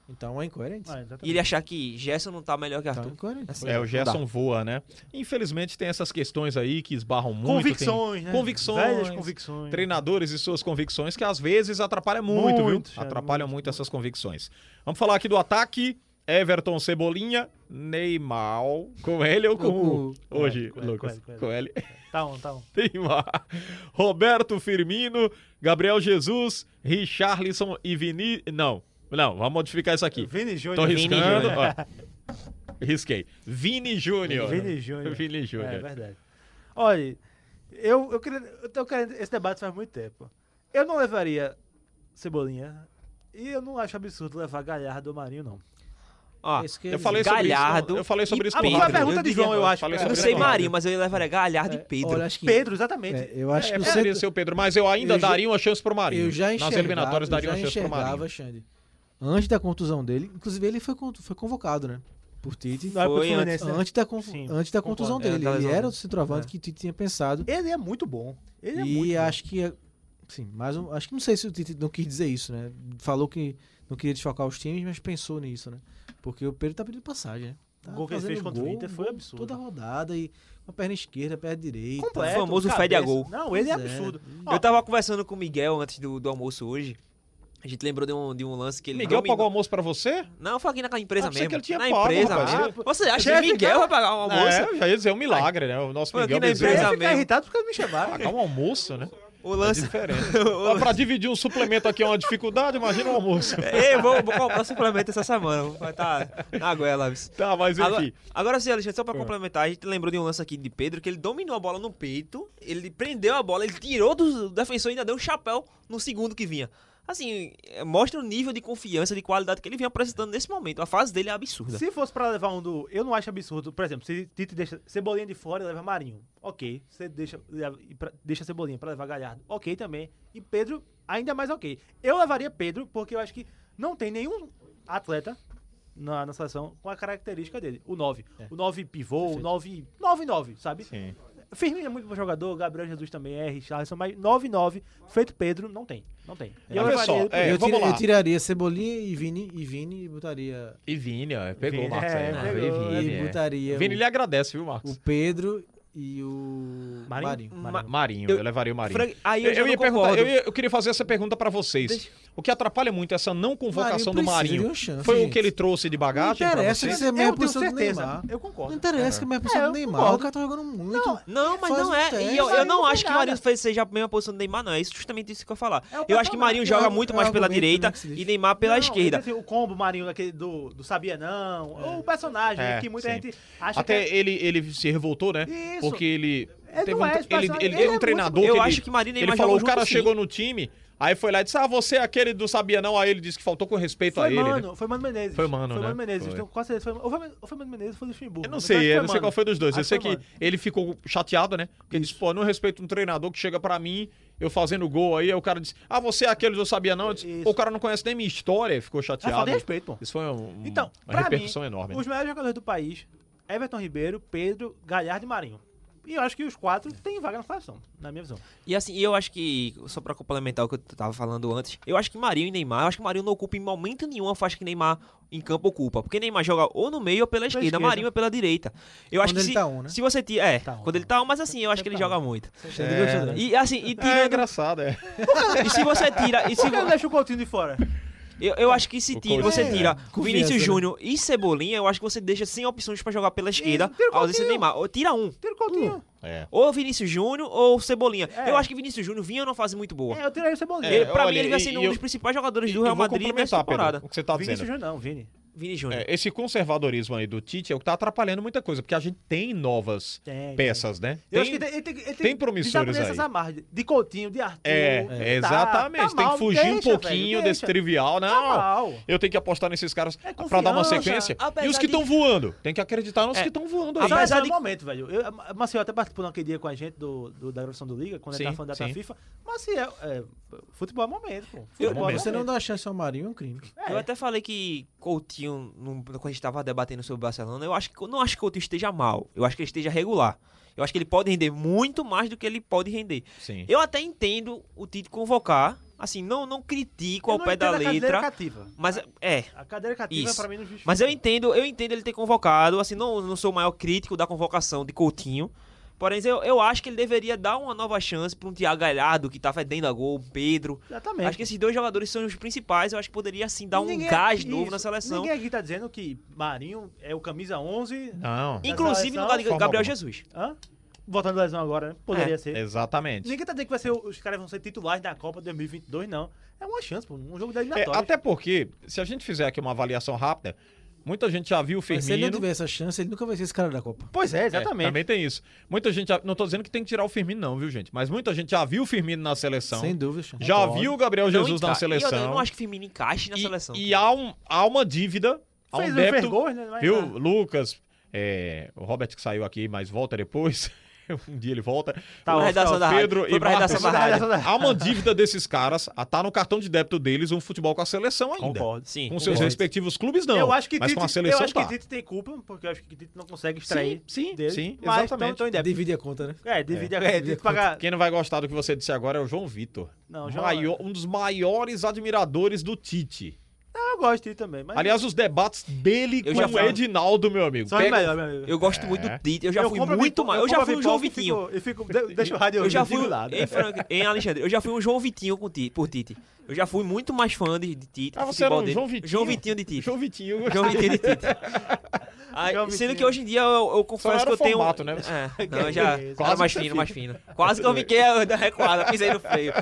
Então é incoerente. Ah, E exatamente. ele achar que Gerson não tá melhor que Então, é Arthur. incoerente. Assim, É, o Gerson Dá. voa, né? Infelizmente tem essas questões aí que esbarram muito. Convicções, tem né? Convicções. Velhas convicções. Treinadores e suas convicções que às vezes atrapalham muito, Muito, viu? Xavier, Atrapalham muito essas convicções. Vamos falar aqui do ataque. Everton Cebolinha, Neymar, com ele ou com o... Ou Hoje, com L, Lucas, com L, com com ele. Tá on, tá on. (laughs) Neymar, Roberto Firmino, Gabriel Jesus, Richarlison e Vini... Não, não, vamos modificar isso aqui. Vini Tô Júnior. riscando. ó. (laughs) Risquei. Vini Júnior. Vini Júnior. Vini É Júnior. verdade. Olha, eu, eu, queria, eu tô querendo esse debate faz muito tempo. Eu não levaria Cebolinha e eu não acho absurdo levar Galhardo ou Marinho, não. Ó, Esse que Eu falei sobre Galhardo isso. Eu falei sobre e- isso Ah, com o foi a Wagner. pergunta de João, eu acho. Falei eu sobre não isso sei com o Maria, Wagner. mas eu levaria Galhardo e Pedro. Olha, acho que, Pedro, exatamente. é, eu acho É, que o poderia centro, ser o Pedro, mas eu ainda Eu já- daria uma chance pro Marinho. eu já enxergava, Nas eliminatórias um eu daria já uma chance pro Marinho. enxergava, Xande, antes da contusão dele, inclusive ele foi, con- foi convocado, né? Por Tite. Na época do Foi Fluminense, né? Antes da, con- Sim, antes da contusão concordo. É, dele. da ele lesão era dele. o centroavante É. que o Tite tinha pensado. Ele é muito bom. Ele é muito e bom. acho que. é- Sim, mas um- acho que não sei se o Tite não quis dizer isso, né? Falou que não queria desfalcar os times, mas pensou nisso, né? Porque o Pedro tá pedindo passagem, né? Tá O gol que ele fazendo fez contra o Inter foi gol absurdo. Toda rodada e uma perna esquerda, perna direita. Completo, O famoso fede a cabeça. gol. Não, ele é Pois é. absurdo. Ó, Eu tava conversando com o Miguel antes do, do almoço hoje. A gente lembrou de um, de um lance que ele Miguel dominou. pagou almoço pra você? Não, foi aqui naquela empresa Ah, pensei mesmo. que ele tinha na pago, empresa rapaz. mesmo. Ah, Você acha chefe, que Miguel cara. vai pagar um almoço? É, já ia dizer, é um milagre, né? O nosso Foi aqui Miguel na eu Bezerra. empresa. ia mesmo. ficar irritado porque me chamaram. Pagar um almoço, né? O É lance. É. diferente. (laughs) Ó, pra dividir um suplemento aqui é uma dificuldade, imagina um almoço. Ei, vou, vou comprar suplemento essa semana. Vai estar na goela. bicho. (laughs) Tá, mas Agora, enfim. agora sim, Alexandre, só pra complementar, a gente lembrou de um lance aqui de Pedro, que ele dominou a bola no peito, ele prendeu a bola, ele tirou do defensor e ainda deu um chapéu no segundo que vinha. Assim, eh, mostra o nível de confiança, de qualidade que ele vinha apresentando nesse momento. A fase dele é absurda. Se fosse pra levar um do. Eu não acho absurdo. Por exemplo, se Tite deixa Cebolinha de fora e leva Marinho. Ok. Você deixa, leva- e pra- deixa Cebolinha pra levar Galhardo. Ok também. E Pedro, ainda mais ok. Eu levaria Pedro porque eu acho que não tem nenhum atleta na, na seleção com a característica dele. O 9. O 9 pivô, o 9. 9-9, sabe? Sim. Firmino é muito bom jogador, Gabriel Jesus também é, Richardson, mas 9-9, feito Pedro, não tem. Não tem. E Olha levaria só, ele pro- é, eu, vamos tira- lá. eu tiraria Cebolinha e Vini e Vini e botaria. E Vini, ó, pegou Vini, o Marcos aí, é, né? pegou, E Vini, e é. botaria Vini lhe o, agradece, viu, Marcos? o Pedro e o Marinho? Marinho. Ma- Ma- Marinho, eu, eu- levaria o Marinho. Frank, aí eu, já não ia perguntar, concordo. eu, ia- eu queria fazer essa pergunta pra vocês. O que atrapalha muito é essa não convocação do precisa de Marinho uma chance, foi o gente. que ele trouxe de bagagem pra interessa, vocês? Isso é a mesma eu tenho posição do certeza, Neymar. eu Não concordo. interessa que é a minha posição É, do eu Neymar. concordo. O cara tá jogando muito. Não, mas Faz não um é. teste. E eu, eu Marinho não não acho tem que o Marinho nada. fez- seja a mesma posição do Neymar, não. É isso- justamente isso que eu ia falar. É o eu acho que patamar. Marinho É joga o- muito é o mais pela argumento direita também que se diz. e Neymar pela Não, esquerda. ele tem o combo Marinho daquele do, do Sabia Não, ou o personagem É, que muita sim. gente acha Até que é ele, ele se revoltou, né? Isso. Porque ele. É, teve não um, é, tre- ele, passa- ele, ele tem um é treinador muito- que Eu ele, acho que Marinho e ele Neymar falou, o jogam cara junto, sim. chegou no time, aí foi lá e disse: Ah, você é aquele do Sabia Não. Aí ele disse que faltou com respeito foi a ele. né? Mano, foi Mano Menezes. Foi Mano, Foi né? Mano Menezes. Foi. Então, quase certeza foi, ou, foi, Mano- ou foi Mano Menezes ou foi Luxemburgo. Eu não mas sei, acho que eu não sei Mano. qual foi dos dois. Acho eu sei foi que Mano. ele ficou chateado, né? Porque ele disse, pô, não respeito um treinador que chega pra mim, eu fazendo gol aí, aí o cara disse, ah, você é aquele que eu sabia não. Eu disse, Isso. "Pô, o cara não conhece nem minha história, ficou É chateado. falta de respeito, pô. Isso foi um, Então, uma pra mim, repercussão enorme. né? os melhores jogadores do país, Everton Ribeiro, Pedro, Galhardo e Marinho. E eu acho que os quatro têm vaga na seleção, na minha visão. E assim, eu acho que, só pra complementar o que eu tava falando antes, eu acho que Marinho e Neymar, eu acho que Marinho não ocupa em momento nenhum a faixa que Neymar em campo ocupa. Porque Neymar joga ou no meio ou pela esquerda, esquerda. Marinho é pela direita. Eu acho Quando que ele se, tá on, né? se você tira. É, Tá on, quando ele é. tá on, mas assim, eu acho que ele Tá on. joga muito. Xande gostou, né? E assim, e É tirando. engraçado, é. e se você tira. E se, Por que ele deixa o Coutinho de fora? eu, eu acho que se O tira, Coutinho, você né? tira o Confiança, Vinícius né? Júnior e Cebolinha, eu acho que você deixa sem opções pra jogar pela esquerda tira o a ausência de Coutinho. Neymar. Ou tira um. Tira o Coutinho. É. Ou Vinícius Júnior ou Cebolinha. É. Eu acho que Vinícius Júnior vinha numa fase muito boa. É, eu tiraria o Cebolinha. Ele, É, pra olha, mim, ele vai e- ser e um eu- dos principais jogadores do Eu Real vou Madrid nessa complementar, temporada. Pedro, o que você tá Vinícius dizendo. Júnior não, Vini. Vini Júnior. É, esse conservadorismo aí do Tite é o que tá atrapalhando muita coisa, porque a gente tem novas Tem, peças, né? Tem- Eu acho que tem, ele tem, ele tem, tem promissores desaprender aí. essas amarras de Coutinho, de Arthur. É, de- tá- exatamente. tá tem mal, que fugir um deixa, pouquinho velho, desse deixa. Tá trivial. Não, mal. eu tenho que apostar nesses caras É pra dar uma confiança, sequência. E apesar os que de- estão voando? Tem que acreditar nos É, que estão voando aí. Mas Apesar esse é de- o momento, velho. Eu, a Maciel até participou naquele dia com a gente do, do- da gravação do Liga, quando ele Sim, tá falando da data sim. FIFA. Maciel, é, futebol é momento, pô. Eu- Futebol é momento. Você não momento. dá chance ao Marinho é um crime. Eu até falei que Coutinho, num- quando a gente tava debatendo sobre o Barcelona, eu acho que não acho que Coutinho esteja mal. Eu acho que ele esteja regular. Eu acho que ele pode render muito mais do que ele pode render. Sim. Eu até entendo o Tite convocar. Assim, não, não critico Eu ao não pé da entendo A cadeira letra. cativa. Mas é. A cadeira cativa, Isso. pra mim, não justifica. Mas eu entendo, eu entendo ele ter convocado. Assim, não, não sou o maior crítico da convocação de Coutinho. Porém, eu, eu acho que ele deveria dar uma nova chance para um Thiago Galhardo que tá fedendo a gol, um Pedro. Exatamente. Acho que esses dois jogadores são os principais. Eu acho que poderia, assim, dar um Ninguém- gás isso. novo na seleção. Ninguém aqui tá dizendo que Marinho é o camisa 11. Não, Inclusive no seleção, lugar de forma Gabriel alguma. Jesus. Hã? Voltando à lesão agora, né? É. Poderia ser. exatamente. Ninguém tá dizendo que vai ser, os caras vão ser titulares da Copa 2022, não. É uma chance, pô. Um jogo da É, eliminatória. até porque, se a gente fizer aqui uma avaliação rápida, muita gente já viu o é Mas se ele não Firmino. tiver essa chance, ele nunca vai ser esse cara da Copa. Pois é, É, exatamente. também tem isso. Muita gente. já- Não tô dizendo que tem que tirar o Firmino, não, viu, gente? Mas muita gente já viu o Firmino na seleção. Sem dúvida, Xande. Já viu o Gabriel Jesus Não na enca- e eu- seleção. Eu não acho que Firmino encaixe na E- seleção. E há, um- há uma dívida Há Fez um um débito, vergonha, né? Mas viu, tá. Lucas, é, o Robert que saiu aqui, mas volta depois. (laughs) um dia ele volta. Tá, O ó, redação ó, da rádio. Pedro Foi e pra redação Marcos. da rádio. Há uma dívida desses caras, a tá no cartão de débito deles, um futebol com a seleção ainda. Concordo. Sim. Com seus concordo. respectivos clubes, não. eu acho que mas Tite, com a seleção eu acho tá. que Tite tem culpa, porque eu acho que Tite não consegue extrair. sim, sim, dele, sim, mas exatamente. Então, então, ainda- Divide a conta, né? é, divide é, tem que pagar. Quem não vai gostar do que você disse agora é o João Vitor. Não, João- é- Maior- um dos maiores admiradores do Tite. Não, eu gosto de Tite também, mas Aliás, os debates dele Eu com já o falo. Edinaldo, meu amigo. só é Pega- melhor, meu amigo. Eu gosto muito do Tite. Eu já fui compro a muito pipoca- mais. Eu já compro a fui um pipoca João e Vitinho. fico- E fico, de- deixa o rádio Eu já fui. do lado. Em, Franca- em Alexandre, eu já fui um João Vitinho com Tite, por Tite. Eu já fui muito mais fã de, de Tite. Ah, do você era futebol um dele. João Vitinho? João Vitinho de Tite. João Vitinho. eu João gostei. Vitinho de (laughs) Tite. Aí, João sendo que Vitinho. hoje em dia eu, eu confesso era que eu o tenho. formato, (laughs) né? É, não, eu já. Quase Era mais que você fino, mais fino. Quase que eu fiquei eh, da recuada, pisei no freio.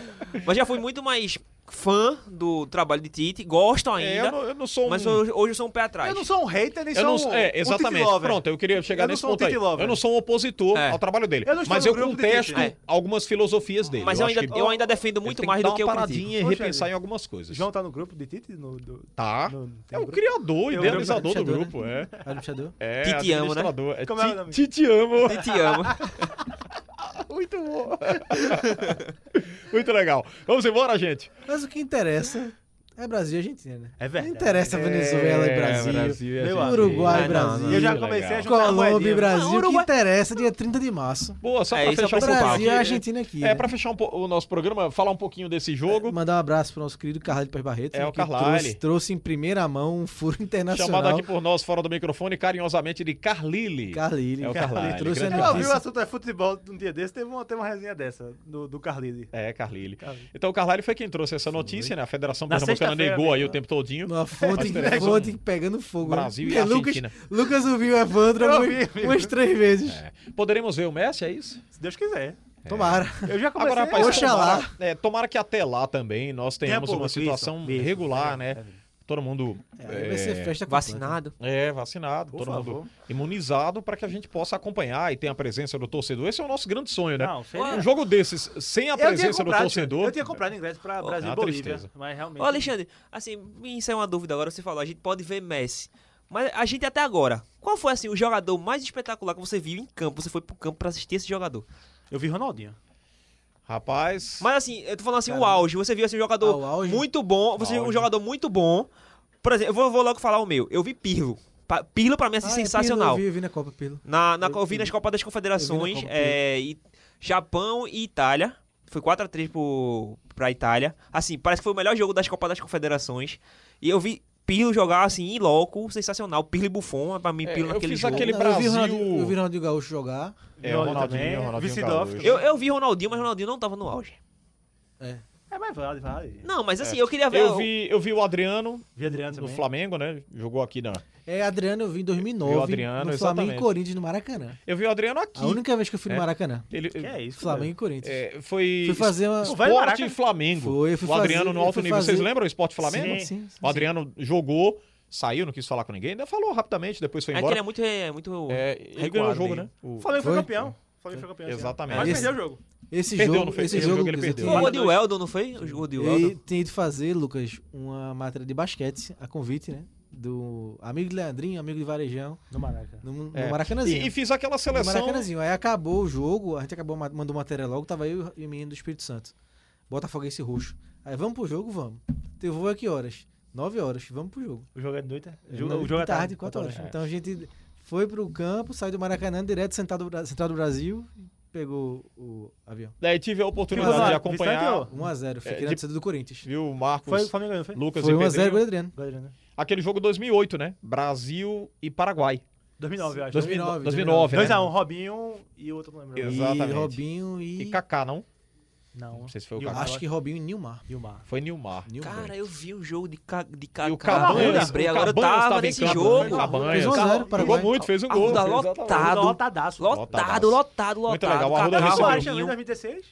Mas já fui muito mais fã do trabalho de Tite, gosto ainda. É, eu, não, eu não sou um... Mas hoje, hoje eu sou um pé atrás. Eu não sou um hater, nem eu não sou sou- um, é, um exatamente. Tite lover. Pronto, eu queria chegar Eu não nesse sou um ponto aí. Tite lover. Eu não sou um opositor É. ao trabalho dele. Eu não estou mas no eu grupo do Tite. contesto É. algumas filosofias dele. Mas eu, acho ainda, que ele- eu ainda defendo ele muito tem mais dar do que eu uma critico. paradinha e Poxa repensar vida. em algumas coisas. João tá no grupo de Tite? No, do... Tá. No- tem é o um grupo? criador, Eu- idealizador do grupo, administrador, é. Administrador. É, Tite amo, né? administrador. É Como é o Ti- nome? Tite amo. Te amo. (laughs) Muito bom. Muito legal. Vamos embora, gente. Mas o que interessa é Brasil e Argentina, né? É verdade. Não interessa Venezuela e É, Brasil. Brasil e Meu Argentina. Uruguai e Ah, não, Brasil. não, Eu já Muito comecei legal. a jogar Colômbia e Ah, Brasil. O que Uruguai- interessa dia 30 de março. Boa, só É, pra isso é fechar um pouco principal. aqui, Brasil e né? Argentina aqui. É, né? pra fechar um po- o nosso programa, falar um pouquinho desse jogo. Mandar um abraço pro nosso querido Carlyle Paz Barreto. É, né, o que Carlyle. Trouxe, trouxe em primeira mão um furo internacional. Chamado aqui por nós, fora do microfone, carinhosamente de Carlile. Carlyle. É o Carlyle, Trouxe a grande Eu ouvi o notícia. assunto é futebol um dia desse, teve uma, teve uma resenha dessa, do, do Carlili. É, Carlile. Então o Carlyle foi quem trouxe essa notícia, né? A Federação Na Pernambucana sexta-feira né? negou aí o mesmo. tempo todinho. Uma fonte, teremos fonte pegando fogo. né? Brasil e É, Lucas, Argentina. Lucas ouviu o Evandro Eu umas- ouvi, amigo. umas três vezes. É, Poderemos ver o Messi, é isso? Se Deus quiser. é. Tomara. Eu já comecei Agora, rapaz, Oxalá. tomara, é, tomara que até lá também nós tenhamos público, uma situação isso, isso, regular, é, né? Todo mundo Aí É, Vai ser festa completa. Vacinado. É, vacinado, todo favor. mundo imunizado para que a gente possa acompanhar e ter a presença do torcedor. Esse é o nosso grande sonho, né? Não, seria- um jogo desses sem a Eu tinha presença do comprado, torcedor. Eu tinha comprado ingresso pra Brasil é uma e Bolívia. tristeza. Mas realmente. Ô, Alexandre, assim, me saiu uma dúvida agora. Você falou, a gente pode ver Messi. Mas a gente até agora, qual foi assim o jogador mais espetacular que você viu em campo? Você foi pro campo pra assistir esse jogador. Eu vi Ronaldinho. Rapaz, Mas assim, eu tô falando assim, o auge. Você viu assim, um jogador Ah, o auge? muito bom. Você viu um Auge. jogador muito bom. Por exemplo, eu vou, vou logo falar o meu. Eu vi Pirlo. Pa- Pirlo pra mim assim, Ah, é, sensacional. Pirlo, Eu vi, eu vi na Copa, Pilo. Na, na, Eu eu vi vi. nas Copas das Confederações, Eu vi na Copa, é, e Japão e Itália. Foi 4x3 pro, pra Itália. Assim, parece que foi o melhor jogo das Copas das Confederações. E eu vi Pirlo jogar, assim, em loco, sensacional. Pirlo e Buffon, pra mim, É, Pirlo eu naquele fiz jogo. aquele- Não, eu vi Brasil- Ronaldinho- Eu vi Ronaldinho Gaúcho jogar. é o Ronaldinho, também, o Ronaldinho Vicidófilo. Gaúcho. Eu, eu vi Ronaldinho, mas Ronaldinho não tava no auge. É, mas vale, vale. Não, mas assim, eu queria ver... Eu vi, eu vi o Adriano Vi Adriano do também. Flamengo, né? Jogou aqui na. É, Adriano eu vi em 2009. Eu, Adriano, no Flamengo exatamente. e Corinthians no Maracanã. Eu vi o Adriano aqui. A única vez que eu fui É. no Maracanã. Ele, Que é isso? Flamengo e Corinthians. é, foi Fui fazer uma- Esporte Vai, Maraca. e Flamengo. Foi, eu fui o Adriano fazer- no eu alto fui nível. Vocês fazer- lembram o Esporte Flamengo? Sim, sim, sim, o Adriano jogou, saiu, não quis falar com ninguém, ainda falou rapidamente, depois foi É que ele embora. é muito... É, muito É, ele ganhou o recuado jogo, mesmo. né? O- O Flamengo foi, Foi? campeão. O Flamengo foi campeão. esse ano. Exatamente. Mas Esse- perdeu o jogo. Esse Perdeu, não jogo, foi? esse Esse jogo, jogo ele Lucas, eu perdeu. Foi tenho- o Odiveldo, não foi? O Eu Odiveldo. tenho ido fazer, Lucas, uma matéria de basquete, a convite, né? Do amigo de Leandrinho, amigo de Varejão, No Maraca. no, no É. Maracanãzinho. E, um e fiz aquela no seleção. Maracanãzinho. Aí acabou o jogo, a gente acabou, ma- mandou matéria logo, tava eu e o menino do Espírito Santo. Botafoguense roxo. Aí vamos pro jogo, vamos. Teu voo é que horas? Nove horas, vamos pro jogo. O jogo é de noite? é? Não, o de jogo é tarde, quatro horas. Então a gente foi pro campo, saiu do Maracanã, direto central do, Bra- Central do Brasil, pegou o avião. Daí tive a oportunidade Ficou lá, de acompanhar. Vicente, 1x0, fiquei É, na de- torcida do Corinthians. Viu, Marcos, Foi o Flamengo ganhou, foi? Lucas Foi e 1x0 Pedrinho. com o Adriano. Gol de Adriano. né? Aquele jogo 2008, né? Brasil e Paraguai. 2009, eu acho. 2009, 2009, né? 2x1, Robinho e o outro não lembro. Exato. E Exatamente. Robinho e... E Kaká, não? Não. Não sei se foi o Nilmar, Kaká. Acho que Robinho e Nilmar. Nilmar. Foi Nilmar. Nilmar. Cara, eu vi o jogo de, ca... de E o Cacá. Eu Cabanhas. lembrei, o agora eu Cabanhas tava tava em nesse campo, né? jogo. Fez Cabanhas. 1 a 0 Jogou para muito, fez o A gol. Arruda fez exatamente. lotado. Lotadaço. Lotado, lotado, lotado. Muito legal, o Arruda Kaká, recebeu. Lotadaço. Robinho. também, 2016.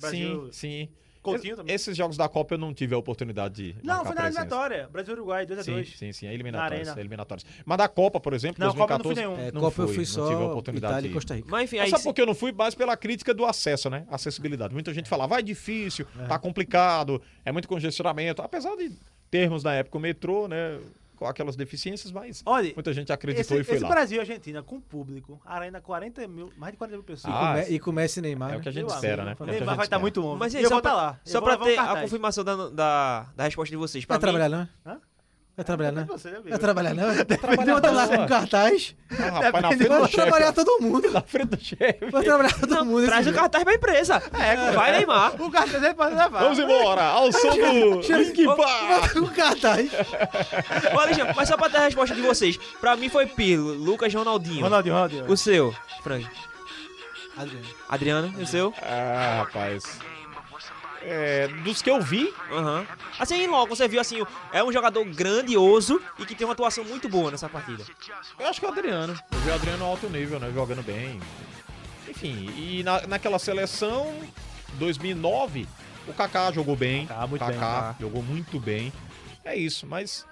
Brasil. Sim, sim. Coutinho também. Esses jogos da Copa eu não tive a oportunidade de. marcar Não, foi na presença. eliminatória. Brasil e Uruguai, Sim, 2x2. sim, sim, é eliminatórias, arena. eliminatórias. Mas da Copa, por exemplo, Não, Copa eu 2014. não fui nenhum. É, Não Copa eu fui, fui não só tive a oportunidade Itália e de ir. Costa Rica. Mas enfim, Mas aí Sabe se- por que eu não fui? Mais pela crítica do acesso, né? Acessibilidade. Muita gente falava, ah, é difícil, tá complicado, é muito congestionamento. Apesar de termos na época o metrô, né? com aquelas deficiências, mas Olha, muita gente Esse, acreditou e foi esse lá. Brasil e Argentina com público, arena 40 mil, mais de 40 mil pessoas. Ah, Come- e comece Neymar. É o né? que a gente Meu espera, amigo, né? É o que a Neymar gente vai estar espera. muito homem. Mas e aí, eu só vou pra, estar lá. Só eu pra vou levar um ter a cartaz. confirmação da, da, da resposta de vocês. Pra Vai mim, trabalhar, não? Hã? Vai trabalhar, não? Você, né, amigo? Vai trabalhar, não? Vai botar lá boa. com cartaz. Ah, rapaz, na frente do Vai chefe. ó. trabalhar todo mundo. Na frente do chefe. Vai trabalhar todo mundo. Traz o esse cartaz pra empresa. É, vai, Neymar. É. O cartaz ele pode levar. Vamos embora, ao som do Linkin Ô, Park. dia. O cartaz. Ô, Alexandre, mas só pra ter a resposta de vocês. Pra mim foi Pirlo, Lucas Ronaldinho. Ronaldinho, Ronaldinho. O seu, Frank. Adriano, e o seu? Ah, rapaz. É, dos que eu vi, Aham. Assim, logo, você viu assim, é um jogador grandioso e que tem uma atuação muito boa nessa partida. eu acho que é o Adriano. Eu vi o Adriano alto nível, né? Jogando bem. Enfim, e na, naquela seleção, 2009, o Kaká jogou bem. Kaká, muito bem, Kaká. jogou muito bem. É isso, mas...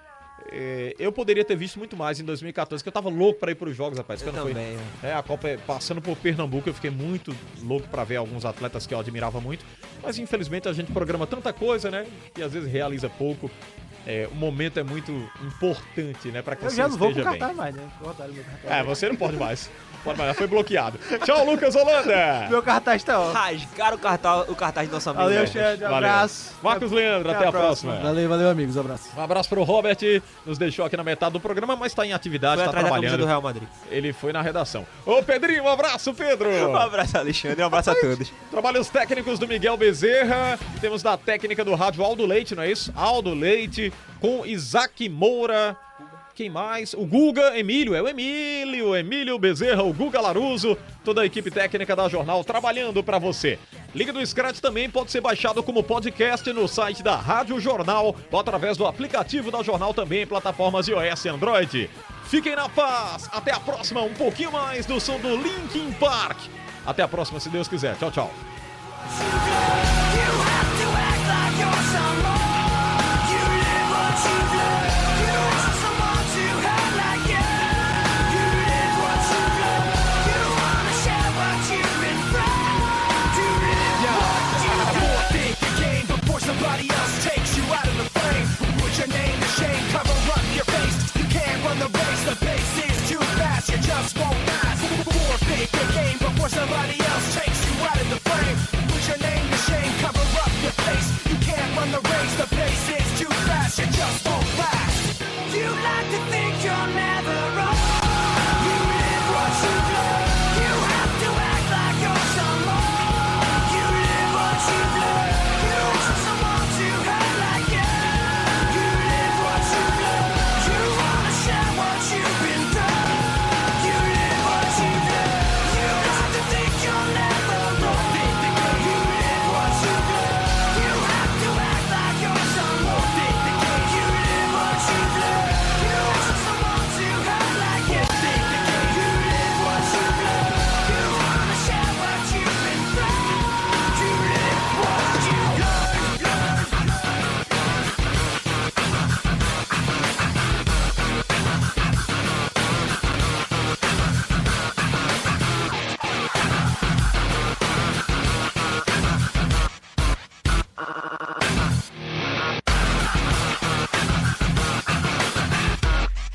é, eu poderia ter visto muito mais em 2014, que eu tava louco pra ir pros jogos, rapaz. que eu não fui. velho. É, a Copa é- passando por Pernambuco, eu fiquei muito louco pra ver alguns atletas que eu admirava muito. Mas infelizmente a gente programa tanta coisa, né? E às vezes realiza pouco. É, o momento é muito importante, né? Pra que Eu você já não vou com esteja bem. cartaz mais, né? Botaram meu cartaz. É, você não pode mais. Pode mais, foi bloqueado. Tchau, Lucas Holanda! Meu cartaz tá ó. Rasgaram o cartaz, o cartaz do nosso amigo. né? Valeu, velho. Xande. Valeu. Abraço. Marcos Leandro, até, Até a a próxima. Valeu, valeu, amigos. Abraço. Um abraço pro Robert, nos deixou aqui na metade do programa, mas tá em atividade, Foi tá atrás da camisa do trabalhando. Real Madrid. Ele foi na redação. Ô, Pedrinho, um abraço, Pedro! Um abraço, Alexandre. Um abraço a todos. Trabalhos técnicos do Miguel Bezerra. Temos da técnica do rádio Aldo Leite, não é isso? Aldo Leite com Isaac Moura. Quem mais? O Guga, Emílio, é o Emílio, Emílio Bezerra, o Guga Laruso, toda a equipe técnica da Jornal trabalhando pra você. Liga do Scratch também pode ser baixado como podcast no site da Rádio Jornal ou através do aplicativo da Jornal também em plataformas iOS e Android. Fiquem na paz, até a próxima, um pouquinho mais do som do Linkin Park. Até a próxima, se Deus quiser. Tchau, tchau. Somebody else takes you out of the frame. Put your name to shame, cover up your face. You can't run the race, the pace is too fast. You just won't last. Forfeit your game before somebody else takes you out of the frame. Put your name to shame, cover up your face. You can't run the race, the pace is too fast. You just won't last. You like to think